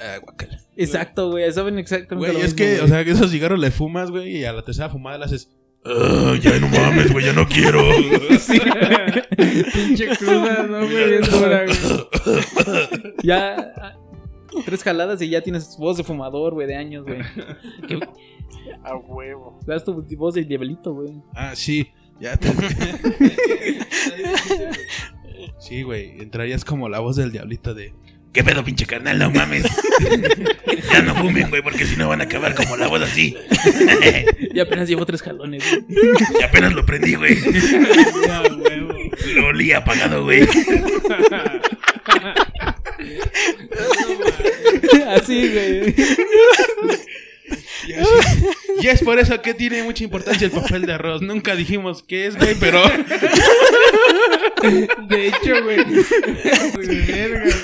S3: Ah, guácala.
S1: Exacto, güey. Saben exactamente
S3: Güey,
S1: lo
S3: es
S1: mismo,
S3: que,
S1: güey.
S3: o sea, que esos cigarros le fumas, güey, y a la tercera fumada le haces... "Ah, ya no mames, güey, ya no quiero.
S1: Sí, güey.
S4: Pinche cruda, no, güey, bien dura, güey.
S1: Ya. ah, Tres jaladas y ya tienes voz de fumador, güey, de años, güey.
S2: A huevo.
S1: Das tu voz de diablito, güey.
S3: Ah, sí, ya te... Sí, güey, entrarías como la voz del diablito de... ¿Qué pedo, pinche carnal? No mames. ya no fumen, güey, porque si no van a acabar como la voz así.
S1: Y apenas llevo tres jalones, güey.
S3: Y apenas lo prendí, güey.
S4: Ya, huevo.
S3: Lo olía apagado, güey.
S4: No,
S3: Es por eso que tiene mucha importancia el papel de arroz. Nunca dijimos qué es, güey, pero
S4: De hecho, güey. Güey, verga, güey.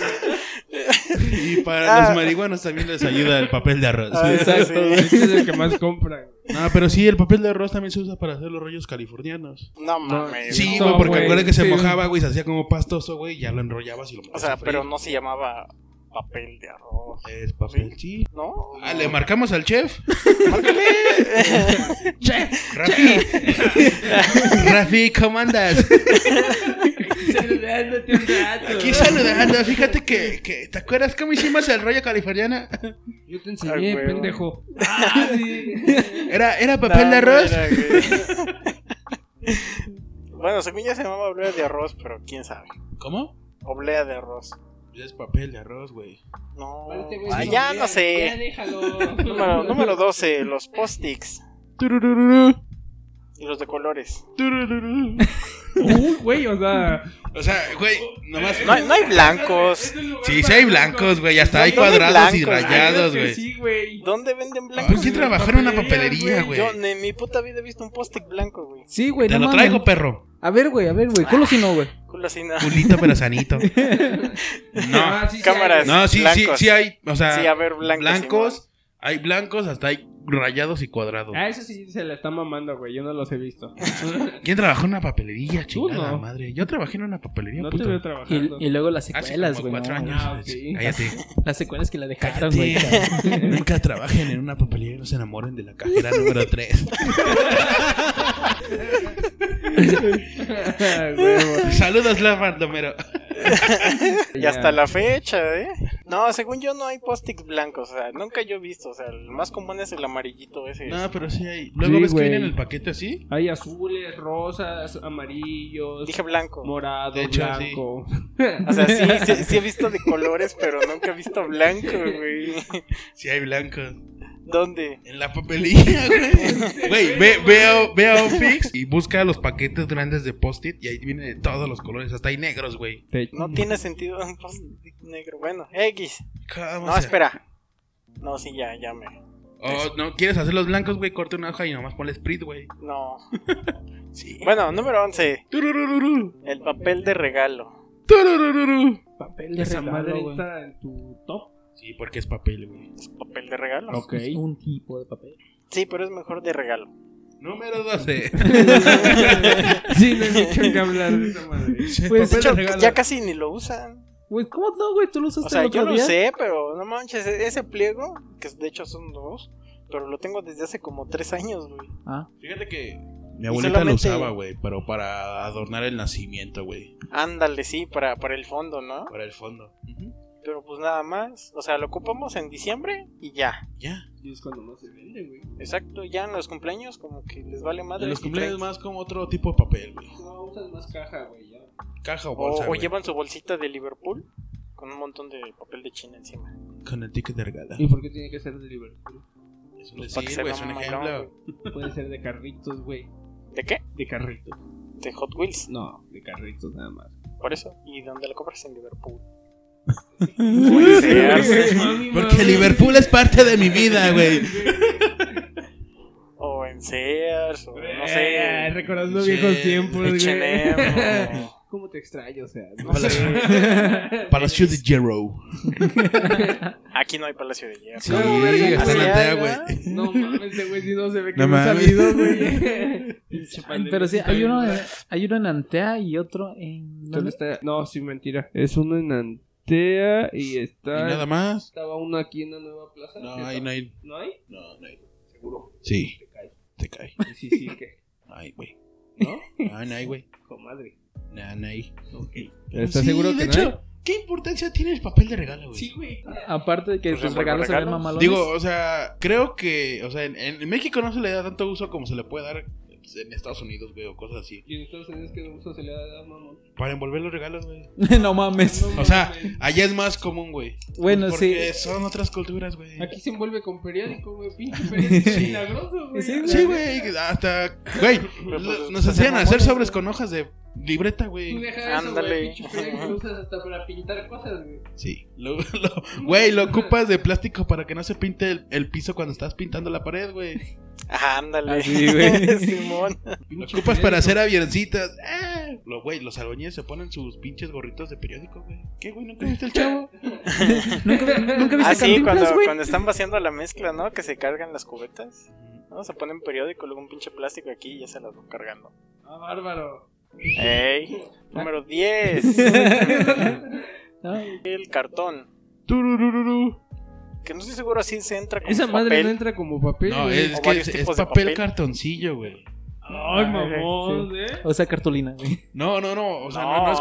S3: y para
S2: Ah.
S3: los marihuanos también les ayuda el papel de arroz.
S2: Ah,
S4: Exacto,
S2: sí.
S4: güey. Este es el que más compran.
S3: No, pero sí, el papel de arroz también se usa para hacer los rollos californianos.
S2: No mames.
S3: Sí,
S4: No,
S3: güey, porque
S4: güey,
S3: acuérdate que se
S4: sí.
S3: mojaba, güey, se hacía como pastoso, güey, y ya lo enrollabas y lo
S2: O
S3: metías a
S2: sea,
S3: freír.
S2: pero no se llamaba papel de arroz,
S3: Es papel, sí.
S2: ¿no?
S3: Ah, le marcamos al chef.
S2: Márcale.
S3: Rafi. Rafi, ¿cómo andas?
S4: Saludándote un rato.
S3: Aquí saludando. Fíjate que, que- ¿te acuerdas cómo hicimos el rollo californiana?
S4: Yo te enseñé,
S2: Ay, güey.
S4: pendejo.
S3: Era, era papel
S2: No,
S3: de arroz.
S2: mira, güey. bueno, según ya se llamaba oblea de arroz, pero quién sabe.
S3: ¿Cómo?
S2: Oblea de arroz.
S3: Es papel de arroz, güey.
S2: No.
S4: Aparte,
S3: este
S4: este güey,
S2: Ah,
S4: no,
S2: ya
S4: ya,
S2: no
S4: Ya
S2: sé.
S4: déjalo.
S2: Número, número 12, los post-its
S3: Turururú,
S2: y los de colores.
S3: turururú.
S4: Uy, güey, o sea.
S3: O sea, güey, nomás.
S2: No, hay- no hay blancos.
S3: Sí, sí hay blancos, güey. Hasta hay
S2: No hay
S3: cuadrados y
S2: blancos,
S3: rayados,
S4: Ah, Claro que
S3: güey.
S4: Sí, güey.
S2: ¿Dónde venden
S3: Ah,
S2: blancos?
S3: ¿Quién
S4: güey,
S3: trabajó en una
S4: papelería,
S3: papelería,
S4: güey?
S3: güey?
S2: Yo en mi puta vida he visto un post-it blanco, güey.
S1: Sí, güey.
S3: Te
S1: no
S3: lo
S1: mames.
S3: traigo, perro.
S1: A ver, güey, a ver, güey. ¿Cuál si no, güey?
S2: Culo así, no.
S3: Culito, pero sanito. No.
S4: Ah, sí, sí,
S2: Cámaras.
S3: No, sí, sí,
S2: Blancos.
S3: sí hay. O sea,
S2: Sí, a ver, blancos.
S3: Ah, blancos. Hay blancos, hasta hay rayados y cuadrados.
S4: Ah, eso sí se la está mamando, güey. Yo no los he visto.
S3: ¿Quién trabajó en una papelería, chingada
S4: no.
S3: madre? Yo trabajé en una papelería,
S4: No te
S3: puto.
S4: veo
S1: Y,
S4: trabajando.
S1: y luego las
S3: Hace
S1: secuelas,
S3: como
S1: güey. no,
S3: cuatro años.
S4: Ah, ok.
S3: Cállate.
S1: Las secuelas que la dejaron,
S3: Cállate.
S1: güey.
S3: Nunca trabajen en una papelería y no se enamoren de la cajera número 3.
S4: Ah, huevo.
S3: Saludos, la Bardomero.
S2: Y hasta la fecha, ¿eh? No, según yo no hay post-its blancos, o sea, nunca yo he visto, o sea, el más común es el amarillito ese.
S3: No, pues, pero sí hay. Luego
S4: Sí,
S3: ves
S4: güey.
S3: que viene el paquete así.
S4: Hay azules, rosas, amarillos,
S2: Dije blanco.
S4: morado,
S3: De hecho,
S4: blanco.
S2: O sea, sí, sí, sí he visto de colores, pero nunca he visto blanco, güey.
S3: Sí hay blancos.
S2: ¿Dónde?
S3: En la papelería, güey. Güey, ve, ve, a, ve a Ofix y busca los paquetes grandes de post-it y ahí vienen de todos los colores. Hasta hay negros, güey.
S2: No tiene sentido un post-it negro. Bueno, X.
S3: ¿Cómo
S2: No,
S3: se-
S2: espera. No, sí, ya, ya me.
S3: Oh, no, ¿quieres hacer los blancos, güey? Corta una hoja y nomás ponle sprit, güey.
S2: No.
S3: Sí.
S2: Bueno, número 11.
S3: Tururururu.
S2: El papel de regalo.
S3: Tururururu.
S1: Papel de
S4: Esa madre
S1: regalo, güey.
S4: está en tu top.
S3: Sí, porque es papel, güey.
S2: ¿Es papel de regalo?
S4: Ok.
S1: Es Pues, un tipo de papel.
S2: Sí, pero es mejor de regalo.
S3: Número 12.
S4: sí, no hay mucho que hablar de esa madre.
S1: Pues,
S2: De
S3: Papel de
S2: hecho,
S3: regalo.
S2: ya casi ni lo usan.
S1: Güey, ¿cómo no, güey? ¿Tú lo usaste
S2: O sea,
S1: el otro
S2: yo lo
S1: día?
S2: sé, pero no manches, e- ese pliego, que de hecho son dos, pero lo tengo desde hace como tres años, güey.
S1: Ah,
S3: Fíjate que mi
S2: Y
S3: abuelita lo
S2: solamente-
S3: usaba, güey, pero para adornar el nacimiento, güey,
S2: Ándale, sí, para, para el fondo, ¿no?
S3: para el fondo. Ujú.
S2: Pero pues nada más, o sea, lo ocupamos en diciembre y ya.
S3: Ya.
S4: Y es cuando más se vende, güey.
S2: Exacto, ya en los cumpleaños como que les vale madre.
S3: En los
S2: si
S3: cumpleaños
S2: traen-
S3: más como otro tipo de papel, güey.
S4: No, usas más caja, güey. Ya.
S3: Caja o
S2: O,
S3: bolsa,
S2: o
S3: güey,
S2: llevan su bolsita de Liverpool con un montón de papel de China encima.
S3: con el ticket de regala.
S4: ¿Y por qué tiene que ser de Liverpool?
S3: Es un
S2: Pues,
S3: decir,
S2: para que se
S3: güey,
S2: vea
S3: es un
S2: mamón,
S3: ejemplo.
S4: Puede ser de carritos, güey.
S2: ¿De qué?
S4: De carritos.
S2: De Hot Wheels,
S4: No, de carritos nada más.
S2: por eso. ¿Y dónde la compras? En Liverpool.
S3: Porque Liverpool es parte de mi vida, güey.
S2: O en Sears, o no
S4: Eh,
S2: sé.
S4: recordando
S3: Sí,
S4: viejos tiempos, güey.
S2: H&M, o-
S4: ¿Cómo te extraño, o sea? no
S3: Para
S4: sé.
S3: Palacio de Jero.
S2: Aquí no hay Palacio de Hierro.
S3: Sí,
S4: ¿Cómo, verga?
S3: está
S2: ¿Así
S3: en Altea,
S2: habla?
S3: güey.
S4: No mames, ese güey, si no se ve que
S3: No
S4: no, ha
S3: mames.
S4: salido, güey. Pinche
S1: Ay,
S4: pandemia,
S1: pero sí,
S4: está
S1: hay
S4: bien
S1: uno,
S4: raro.
S1: en- hay uno en Antea y otro en...
S4: ¿Dónde
S1: ¿dónde?
S4: está? No, sí, mentira. Es uno en Antea y
S3: Y
S4: está.
S3: nada más.
S4: Estaba uno aquí en la nueva plaza.
S3: No,
S4: ¿Qué
S3: ahí
S4: estaba?
S3: no hay.
S4: ¿No hay?
S3: No, no hay.
S4: Seguro.
S3: Sí,
S4: Te cae.
S3: te cae.
S4: Sí, sí, que.
S3: Ay, güey. ¿No? Ah, no hay, güey.
S4: Comadre.
S3: Nah, no hay.
S4: Pero estás seguro que
S3: de
S4: no
S3: hecho,
S4: hay?
S3: ¿qué importancia tiene el papel de regalo, güey?
S4: Sí, güey.
S1: Ah. Aparte de que
S2: Pues,
S1: tus
S2: ¿por
S1: regalos se ven
S2: regalos?
S1: mamalones.
S3: Digo, o sea, creo que, o sea, en, en México no se le da tanto uso como se le puede dar pues, en Estados Unidos, güey, o cosas así.
S4: Y en Estados Unidos que uso se le da a mamón.
S3: Para envolver los regalos, güey.
S1: no mames.
S4: No
S3: O sea,
S4: mames.
S3: allá es más común, güey.
S1: Bueno, sí.
S3: Porque son otras culturas, güey.
S4: Aquí se envuelve con periódico, güey. Pinche periódico
S3: Sí.
S4: milagroso, güey.
S1: Sí,
S3: Sí, güey, hasta, güey,
S2: Pero, pues,
S3: nos
S2: se
S3: hacían
S2: mamones,
S3: hacer sobres
S2: güey.
S3: con hojas de libreta,
S4: Tú
S3: güey.
S4: deja eso,
S2: Ándale.
S4: güey. Pinche pluma que usas hasta para pintar cosas, güey.
S3: Sí. Lo- lo- Güey, lo, ocupas de plástico para que no se pinte el, el piso cuando estás pintando la pared, güey.
S2: Ah, ándale.
S1: Así, güey.
S2: Simón.
S3: Lo
S4: Pinche
S3: ocupas para
S4: periódico.
S3: hacer avioncitas. Ah. Lo, güey, los albañiles se ponen sus pinches gorritos de periódico, güey. ¿Qué, güey? ¿Nunca viste el chavo?
S1: ¿Nunca, nunca viste
S2: Ah, sí,
S1: Cantinflas,
S2: cuando,
S1: güey?
S2: cuando están vaciando la mezcla, ¿no? Que se cargan las cubetas. ¿no? Se ponen periódico, luego un pinche plástico aquí y ya se las van cargando.
S4: Ah, bárbaro.
S2: ¡Ey! Número 10.
S1: No,
S2: el cartón.
S3: Tururururu.
S2: Que no estoy seguro si se entra como
S4: Esa madre
S2: papel.
S4: no entra como papel.
S3: No,
S4: güey.
S3: es,
S2: O
S3: que
S2: varios
S3: es, es
S2: tipos de
S3: papel,
S2: papel.
S3: cartoncillo, güey.
S2: Ah,
S4: Ay, mamón, ¿eh?
S1: o sea, cartulina, güey.
S3: No, no, no. O sea, no,
S2: No.
S3: no es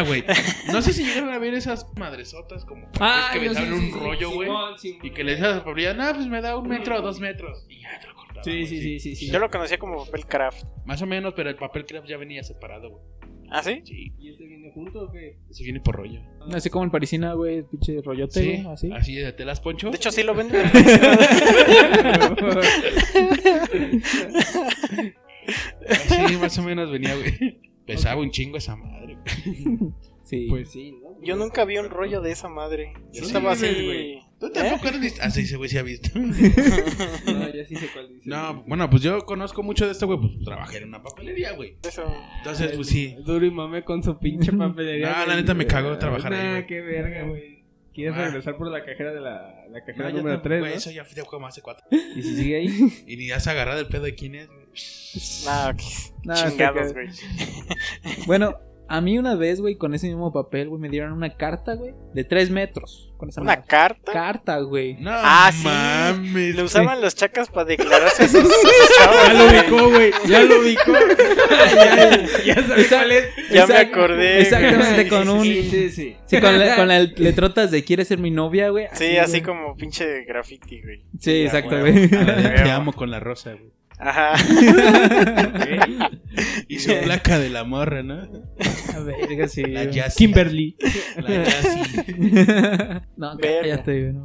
S3: güey. No sé si llegaron a ver esas madresotas como
S4: Ah,
S3: que
S4: yo
S3: me
S4: sí,
S3: salen
S4: sí,
S3: un
S4: sí,
S3: rollo, güey.
S4: Simón, Simón.
S3: Y que le decías a la papelilla, no, pues me da un metro o dos metros. Y ya te lo cortaba.
S4: Sí,
S3: güey,
S4: sí, sí, sí, sí.
S2: Yo lo conocía como papel craft.
S3: Más o menos, pero el papel craft ya venía separado, güey.
S2: ¿Ah, sí?
S3: Sí,
S4: ¿Y este viene junto o qué?
S3: eso viene por rollo.
S1: Así como el parisina, güey, pinche rollote,
S3: Sí,
S1: güey, así.
S3: así. de telas poncho.
S2: De hecho, sí lo venden.
S3: así más o menos venía, güey. Pesaba un chingo esa madre, güey.
S1: Sí.
S4: Pues sí, ¿no?
S2: Yo nunca vi un rollo de esa madre. Yo
S3: Sí,
S2: estaba así.
S4: güey.
S3: Tú tampoco eres dist- Ah, sí, ese güey se ha visto.
S4: No, ya sí sé cuál dice.
S3: no, bueno, pues yo conozco mucho de esto, güey. Pues trabajé en una papelería, güey.
S2: Eso.
S3: Entonces, pues sí.
S4: Duro y mamé con su pinche papelería.
S3: No, la
S4: güey.
S3: neta me cagó trabajar ahí,
S4: Nah,
S3: güey.
S4: qué verga, güey. ¿Quieres
S3: Ah.
S4: regresar por la cajera de la, la cajera
S3: No, ya
S4: número
S3: te-
S4: 3,
S3: Güey,
S4: ¿no?
S3: eso ya fue como hace cuatro.
S4: Y si sigue ahí.
S3: Y ni has agarrado el pedo de quién es, güey.
S2: Nada, que-
S1: Nada,
S2: chingados,
S1: está
S2: güey.
S1: Bueno, a mí una vez, güey, con ese mismo papel, güey, me dieron una carta, güey, de tres metros. Con esa
S2: ¿Una
S1: madre.
S2: carta?
S1: carta, güey.
S3: No
S2: Ah, sí.
S3: mames.
S2: Lo usaban los chacas para declararse a sus, a sus chavos.
S3: Ya lo
S2: güey.
S3: ubicó, güey. Ya lo ubicó.
S4: ya sabes cuál es.
S2: Ya me
S1: Exact-
S2: acordé.
S1: Exactamente,
S2: güey.
S1: con un.
S4: Sí,
S1: Sí,
S4: sí, sí.
S1: con, la- con las letrotas de quiere ser mi novia, güey.
S2: Sí, así
S1: güey.
S2: como pinche graffiti, güey.
S1: Sí,
S2: Ya,
S1: exacto,
S2: güey.
S1: güey.
S3: Ah, de
S2: Huevo.
S3: Te amo con la rosa, güey.
S2: Ajá.
S3: Y su placa de la morra, ¿no?
S1: A verga, sí.
S3: La
S1: güey.
S3: Jessie.
S1: Kimberly.
S3: La Yassi.
S1: no,
S2: Verga.
S1: cállate, güey. no.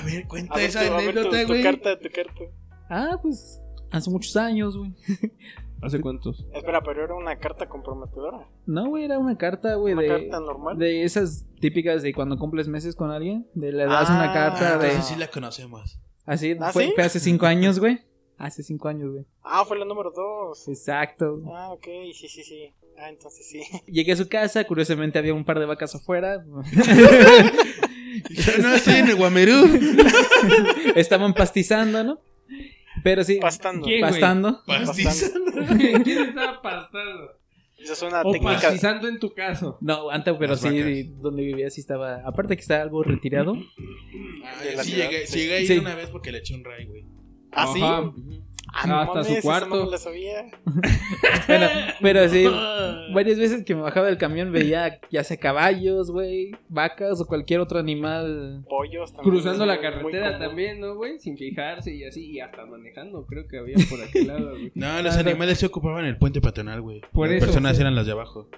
S3: A ver, cuenta
S2: A ver, tu,
S3: esa
S2: a ver tu,
S3: anécdota,
S2: tu
S3: güey.
S2: carta, tu carta.
S1: Ah, pues hace muchos años, güey.
S4: ¿Hace cuántos?
S2: Espera, pero era una carta comprometedora.
S1: No, güey, era una carta, güey,
S2: Una
S1: de.
S2: carta normal.
S1: De esas típicas de cuando cumples meses con alguien, de le das
S2: Ah,
S1: una carta de...
S3: Esa sí la conocemos.
S1: Así,
S2: ¿Ah,
S1: fue,
S2: sí?
S1: fue hace cinco años, güey. Hace cinco años, güey.
S2: Ah, fue la número dos.
S1: Exacto.
S2: Ah, ok, sí, sí, sí. Ah, entonces sí.
S1: Llegué a su casa, curiosamente había un par de vacas afuera.
S3: Yo no estoy en el Guamerú.
S1: Estaban pastizando, ¿no? Pero sí,
S2: Pastando.
S4: ¿Quién?
S1: pastando.
S3: Pastiza.
S4: ¿Quién estaba pastando?
S2: Esa es una
S4: O
S2: técnica.
S4: pastizando en tu caso.
S1: No, antes, pero
S3: Las
S1: sí,
S3: vacas.
S1: donde vivía sí estaba. Aparte que estaba algo retirado.
S3: Ah,
S2: De la
S3: sí,
S2: ciudad,
S3: llegué,
S2: sí.
S3: llegué a ir
S1: Sí.
S3: una vez porque le eché un ray, güey.
S2: ¿Ah, sí?
S4: Ajá.
S2: Ah, no
S4: Hasta
S2: mames,
S4: su
S2: esa
S4: cuarto.
S2: no me la sabía.
S1: Bueno, pero
S3: Eh,
S1: sí, varias veces que me bajaba del camión veía ya sea caballos, güey, vacas o cualquier otro animal.
S2: Pollos también.
S4: Cruzando
S2: es
S4: la
S2: muy
S4: carretera
S2: común.
S4: también, ¿no, güey? Sin fijarse y así, y hasta manejando, creo que había por aquel lado, güey.
S3: No, los
S1: Ah,
S3: animales se ocupaban el puente peatonal, güey.
S4: Por
S3: las
S4: eso,
S3: personas
S4: sí.
S3: eran las de abajo.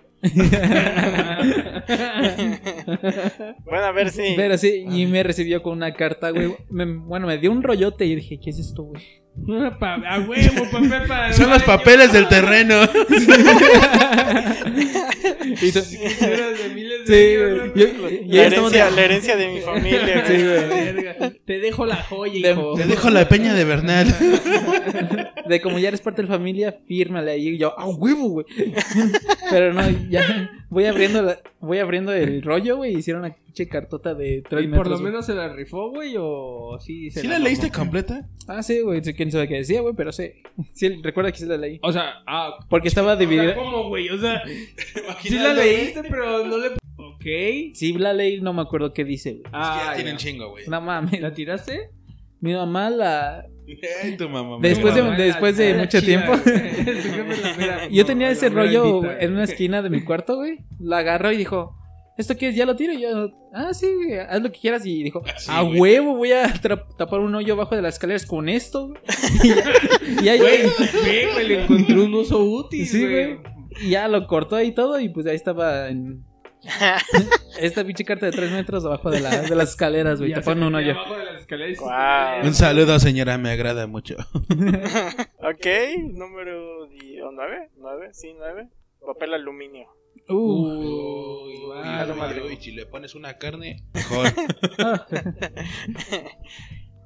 S2: Bueno, a ver si.
S1: Pero sí, y me recibió con una carta, güey. Me- bueno, me dio un rollote y dije, ¿qué es esto, güey?
S4: Pa- a huevo, papel para...
S3: Son los papeles del terreno.
S1: Y tú-
S4: Sí, eras de miles de
S1: Sí,
S4: libros,
S1: güey.
S4: güey.
S1: Yo- y- y
S2: La
S1: ahí estamos
S2: herencia,
S1: de-
S2: la herencia de mi familia,
S1: Sí,
S2: güey.
S1: güey.
S4: Verga. Te dejo la joya,
S1: De-
S4: hijo.
S3: Te dejo la peña de Bernal.
S1: De como ya eres parte de la familia, fírmale ahí. Y yo, ¡ah, huevo, güey! Pero no, ya voy abriendo, la- voy abriendo el rollo, güey. y Hicieron una pinche cartota de tres
S4: ¿Y
S1: metros.
S4: por lo
S1: güey.
S4: menos se la rifó, güey, o sí se
S3: ¿Sí la leíste
S4: mamó?
S3: completa?
S1: Ah, sí, güey. sí, Quién sabe qué decía, güey, pero sí. Sí, recuerda que sí la leí.
S4: O sea, ah,
S1: Porque estaba
S4: o sea,
S1: dividida.
S4: ¿cómo, güey? O sea, sí la Ah, leíste, pero no le... Ok.
S1: Sí, la leí, no me acuerdo qué dice, güey.
S3: Es que
S4: Ah,
S3: ya tienen
S4: ya.
S3: chingo, güey.
S1: No mames.
S4: ¿La tiraste?
S1: Mi mamá la.
S3: Ay, tu mamá. me
S1: Después de-
S3: grabó.
S4: Mamá,
S1: después de
S4: la
S1: mucho
S4: chida,
S1: tiempo.
S4: güey. Tu jefe la mera-
S1: Yo tenía
S4: la
S1: ese
S4: mera
S1: rollo
S4: neta,
S1: en una
S4: güey.
S1: esquina de mi cuarto, güey. La agarró y dijo, ¿esto qué es? ¿Ya lo tiro? Y yo, ah, sí, güey, haz lo que quieras. Y dijo,
S3: Sí,
S4: Ah,
S1: a
S3: güey.
S1: huevo voy a tra- tapar un hoyo abajo de las escaleras con esto. güey". Y ya, y
S4: Güey,
S1: ahí-
S4: ve, güey, le encontré un uso útil,
S1: Sí,
S4: güey.
S1: güey. y ya lo cortó y todo y pues ahí estaba en... Esta pinche carta de tres metros abajo de, la- de las escaleras, güey.
S4: Ya
S1: Tapando
S4: se
S1: un
S4: metía
S1: hoyo.
S4: abajo de las escaleras.
S2: Guau.
S3: Un saludo, señora, me agrada mucho.
S2: Ok, número 9. ¿Nueve? ¿Nueve? Sí, nueve. Papel aluminio.
S1: Uh,
S4: Uy,
S2: Ah, no, madre.
S3: y si le pones una carne, mejor.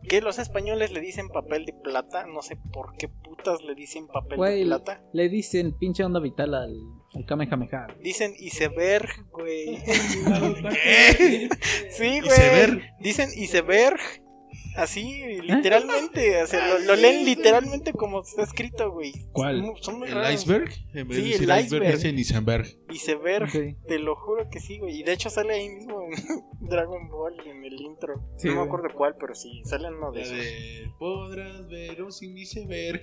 S2: Que los españoles le dicen papel de plata. No sé por qué putas le dicen papel
S1: Güey.
S2: de plata.
S1: le dicen pinche onda vital al, al Kamehameha.
S2: Dicen iceberg, güey.
S3: Eh.
S4: ¿Qué?
S2: Sí, güey.
S5: Iceberg.
S2: Dicen iceberg. Así, literalmente. o sea, lo, lo leen literalmente como está escrito, güey.
S4: ¿Cuál?
S2: Son- son muy
S3: ¿El
S2: raros.
S3: iceberg? En vez
S2: Sí,
S3: de decir
S2: el
S3: iceberg,
S2: iceberg.
S3: dicen iceberg.
S2: Iceberg.
S1: Ok.
S2: Te lo juro que sí, güey. Y de hecho sale ahí mismo en Dragon Ball en el intro.
S1: Sí,
S2: no me
S1: güey.
S2: acuerdo cuál, pero sí, sale en uno de
S3: La
S2: esos.
S3: de, Podrás ver un sin iceberg.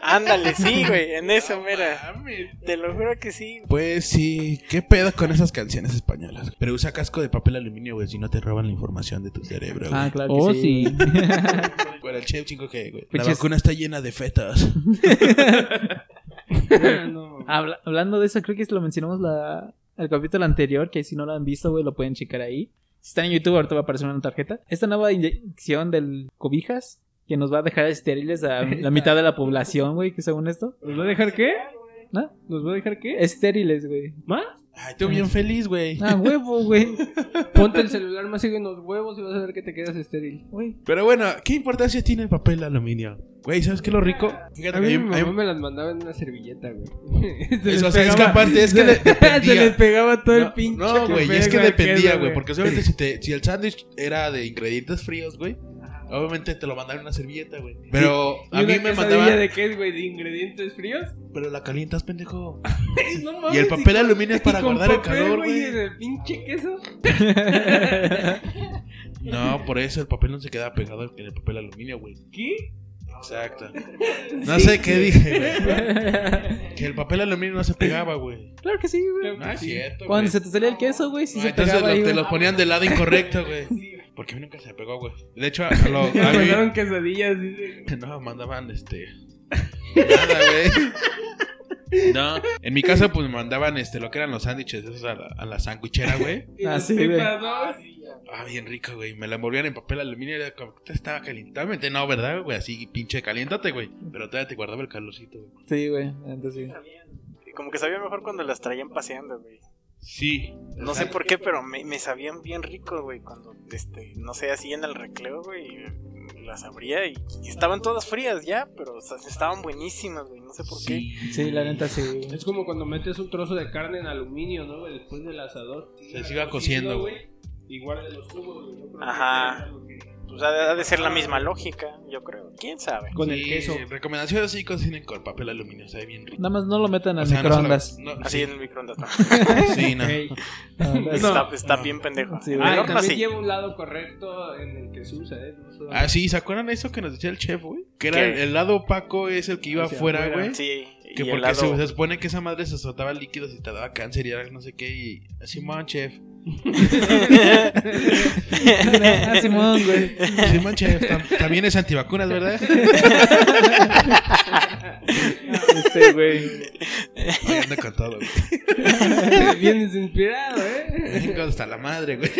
S2: Ándale, sí, güey, en eso,
S3: No
S2: mira.
S3: mames.
S2: Te lo juro que sí.
S3: Pues sí, qué pedo con esas canciones españolas. Pero usa casco de papel aluminio, güey, si no te roban la información de tu cerebro.
S1: Ah,
S3: güey.
S1: claro que
S4: Oh,
S1: sí.
S4: sí.
S3: Para el chef 5G, güey. La
S1: Pinches-
S3: vacuna está llena de fetas.
S4: no.
S1: Habla- hablando de eso, creo que lo mencionamos la, el capítulo anterior, que si no lo han visto, güey, lo pueden checar ahí. Si están en YouTube, ahorita va a aparecer una tarjeta. Esta nueva inyección del cobijas, que nos va a dejar estériles a la mitad de la población, güey, que según esto.
S4: ¿Nos va a dejar qué?
S1: ¿No?
S4: ¿Nos va a dejar qué?
S1: Estériles, güey.
S4: ¿Más?
S3: Ay, tú bien feliz, güey.
S1: Ah, huevo, güey.
S4: Ponte el celular más seguido en los huevos y vas a ver que te quedas estéril.
S1: Güey.
S3: Pero bueno, ¿qué importancia tiene el papel aluminio? Güey, ¿sabes qué es lo rico? Fíjate,
S4: A mí
S3: ahí-
S4: mi
S3: ahí-
S4: mamá me las mandaba en una servilleta, güey. Se
S3: Eso,
S4: les
S3: o sea, es que
S4: pegaba-
S3: aparte es que de-
S4: Se
S3: dependía.
S4: les pegaba todo el
S3: No,
S4: pinche.
S3: No, güey, es que
S4: queso,
S3: dependía, güey. Porque obviamente si, te- si el sándwich era de ingredientes fríos, güey, obviamente te lo mandaban en una servilleta, güey. Pero
S4: ¿Y
S3: a
S4: una
S3: mí me
S4: quesadilla
S3: mandaban.
S4: de qué, güey? ¿De ingredientes fríos?
S3: Pero la calientas, pendejo.
S4: No
S3: Y el
S4: mames,
S3: papel
S4: con-
S3: aluminio es
S4: y
S3: para
S4: con
S3: guardar el
S4: papel,
S3: calor,
S4: güey. y
S3: güey.
S4: el pinche queso?
S3: No, por eso el papel no se queda pegado en el papel aluminio, güey.
S4: ¿Qué?
S3: Exacto. No sé qué dije, güey. Que el papel aluminio no se pegaba, güey.
S1: Claro que sí, güey.
S3: No es cierto, güey.
S1: Cuando se te salía el queso, güey, si
S3: No,
S1: se
S3: entonces
S1: pegaba
S3: lo-
S1: ahí,
S3: te
S1: güey.
S3: los ponían del lado incorrecto, güey. Porque a mí nunca se me pegó, güey. De hecho, a lo- a
S4: Me
S3: mí-
S4: mandaron quesadillas. dice.
S3: No, mandaban este. Nada, güey. No, en mi casa pues mandaban este lo que eran los sándwiches esos a la, a la sandwichera, güey.
S4: Y
S1: Ah,
S4: las
S1: sí,
S4: tripas, ¿no?
S3: Ah, bien rico, güey. Me la envolvían en papel aluminio y era como que estaba calientamente, no, ¿verdad, güey? Así pinche caliéntate, güey. Pero todavía te guardaba el calorcito, güey.
S1: Sí, güey. Entonces, sí.
S2: Como que sabía mejor cuando las traían paseando, güey.
S3: Sí.
S2: No sé por qué, pero me, me sabían bien rico, güey. Cuando, este, no sé, así en el recreo, güey, las abría y, y estaban todas frías ya, pero o sea, estaban buenísimas, güey. No sé por qué.
S1: Sí, la neta sí, güey.
S4: Es como cuando metes un trozo de carne en aluminio, ¿no? güey? Después del asador.
S3: Se siga cociendo, güey.
S4: Igual de los tubos, güey. yo creo que
S2: Ajá.
S4: es algo que-
S2: Pues ha, ha de ser la misma lógica, yo creo. ¿Quién sabe?
S4: Con el queso.
S3: Recomendación sí cocinen con papel aluminio, sabe bien rico.
S1: Nada más no lo metan al
S3: O sea, no se lo-
S1: microondas.
S3: no,
S2: Así
S3: sí,
S2: en el microondas. no.
S3: sí, no.
S4: Ey.
S1: Ah,
S4: No.
S2: está está
S3: no.
S2: bien pendejo.
S1: Sí,
S2: En
S1: güey.
S2: el
S4: Ah, y
S2: horno
S4: también
S2: sí.
S4: lleva un lado correcto en el que se usa, ¿eh? No solo-
S3: Ah, sí, ¿se acuerdan de eso que nos decía el chef, güey? Que era
S2: ¿Qué?
S3: el, el lado opaco es el que iba
S4: Hacia
S3: afuera,
S4: afuera.
S3: güey.
S2: Sí,
S3: Que
S2: y
S3: porque
S2: helado.
S3: se, se supone que esa madre se soltaba líquidos y te daba cáncer y era no sé qué. Y Simón, chef.
S1: Ah, Simón, güey.
S3: Simón, chef. tam- también es antivacunas, ¿verdad?
S4: Ah,
S1: Este, güey.
S3: Ay, anda con todo, güey.
S4: Bien desinspirado, ¿eh?
S3: Vengo hasta la madre, güey.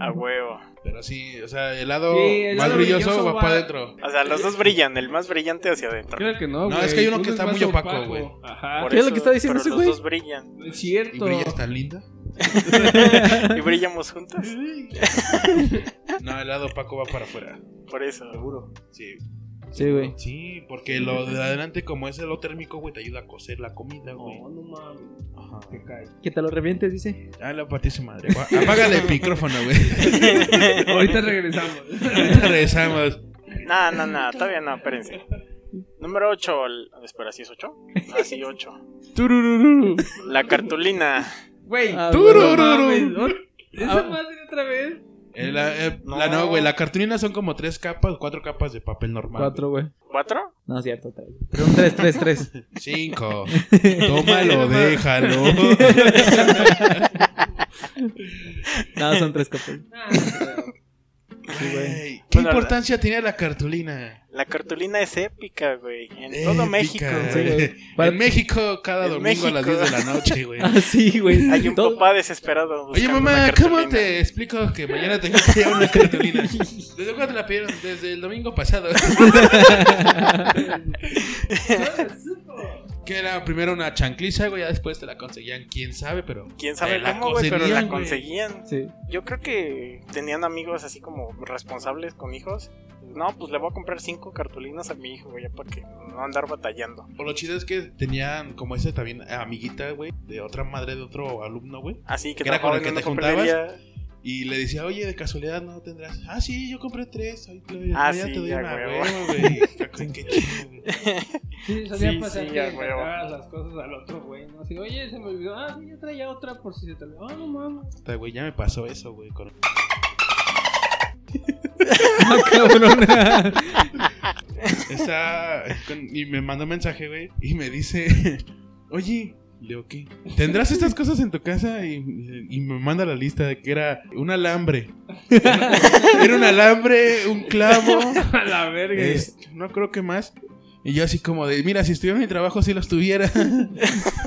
S2: A huevo.
S3: Pero sí, o sea, el lado
S4: Sí, el
S3: más
S4: lado
S3: brilloso,
S4: brilloso
S3: va
S4: va-
S3: para adentro.
S2: O sea, los dos brillan, el más brillante hacia adentro.
S4: Creo que no,
S3: No,
S4: güey.
S3: es que hay uno que
S4: es
S3: está
S4: más
S3: muy opaco, güey.
S4: Ajá.
S2: Por
S1: Ah, ¿Qué es lo
S2: eso,
S1: que está diciendo
S2: pero
S1: ese güey?
S2: Los dos brillan.
S4: No es
S3: Y
S4: cierto.
S3: brillas tan linda.
S2: Y brillamos juntos.
S3: No, el lado opaco va para afuera.
S2: Por eso.
S3: Seguro. Sí.
S1: Sí, güey.
S3: Sí, porque lo de adelante, como es el lo térmico, güey, te ayuda a cocer la comida, güey.
S4: No, no mames.
S3: Ajá.
S4: Te cae.
S1: Que te lo revientes, dice.
S3: Ah, la partí su madre. Gua- Apágale el micrófono, güey.
S4: Ahorita regresamos.
S3: Ahorita regresamos.
S2: No, no, no, todavía no, espérense. Número 8, espera, ¿sí es 8? Ah, sí, 8.
S4: Turururu.
S2: La cartulina.
S4: Güey,
S1: Ah,
S4: turururu.
S3: güey.
S4: No Ah. mames. Esa madre otra vez.
S3: Eh, la, eh,
S2: No.
S3: la no, güey. La cartulina son como tres capas, cuatro capas de papel normal.
S1: Cuatro, güey.
S2: ¿Cuatro?
S1: No, es cierto, tres. Pero un tres, tres, tres.
S3: güey. Cinco. Tómalo, déjalo.
S1: No, son tres copas.
S4: Ah, pero-
S3: Güey, ¿Qué
S2: Bueno,
S3: importancia tiene la cartulina?
S2: La cartulina es épica, güey. En
S3: Épica,
S2: todo México.
S1: Sí, güey. Para-
S3: En México, cada
S2: En
S3: domingo a las
S2: México.
S3: 10 de la noche, güey.
S1: Ah, sí, güey.
S2: Hay un
S1: Todo-
S2: papá desesperado.
S3: Oye,
S2: buscando una
S3: mamá,
S2: cartulina.
S3: ¿cómo te explico que mañana tengo que llevar una cartulina? ¿Desde cuándo te la pidieron? Desde el domingo pasado. Que era primero una chancliza, güey, ya después te la conseguían, quién sabe, pero.
S2: Quién
S3: te
S2: sabe
S3: la
S2: cómo, güey, pero la
S3: conseguían, güey.
S2: conseguían.
S1: Sí.
S2: Yo creo que tenían amigos así como responsables con hijos. No, pues le voy a comprar cinco cartulinas a mi hijo, güey, ya para que no andar batallando.
S3: O lo chido es que tenían como esa también amiguita, güey, de otra madre de otro alumno, güey.
S2: Así que
S3: Que era con
S2: trabajaba
S3: el que
S2: en
S3: te
S2: una
S3: juntabas.
S2: papelería.
S3: Y le decía, oye, de casualidad no tendrás. Ah, sí, yo compré tres. Ahí te,
S2: Ah,
S3: ya
S2: sí,
S3: te doy
S2: ya,
S3: una
S2: huevo.
S3: huevo, güey. Está con qué chido, güey.
S4: Sí, solía
S2: Sí,
S4: pasar
S2: sí,
S4: que
S2: a
S4: le
S2: huevo.
S4: regalabas las cosas al otro güey, ¿no? Así, oye, se me olvidó, ah, sí, yo traía otra por si se te olvidó, ah, no mames.
S3: Puta, güey, ya me pasó eso, güey. con-
S1: Ah, cabrón.
S3: Está. con- Y me mandó mensaje, güey. Y me dice, oye. Le digo, ¿qué? ¿Tendrás estas cosas en tu casa? Y, y me manda la lista de que era un alambre. Era un alambre, un clavo.
S4: A la verga.
S3: Es- no creo que más. Y yo así como de, mira, si estuviera en mi trabajo, sí los tuviera.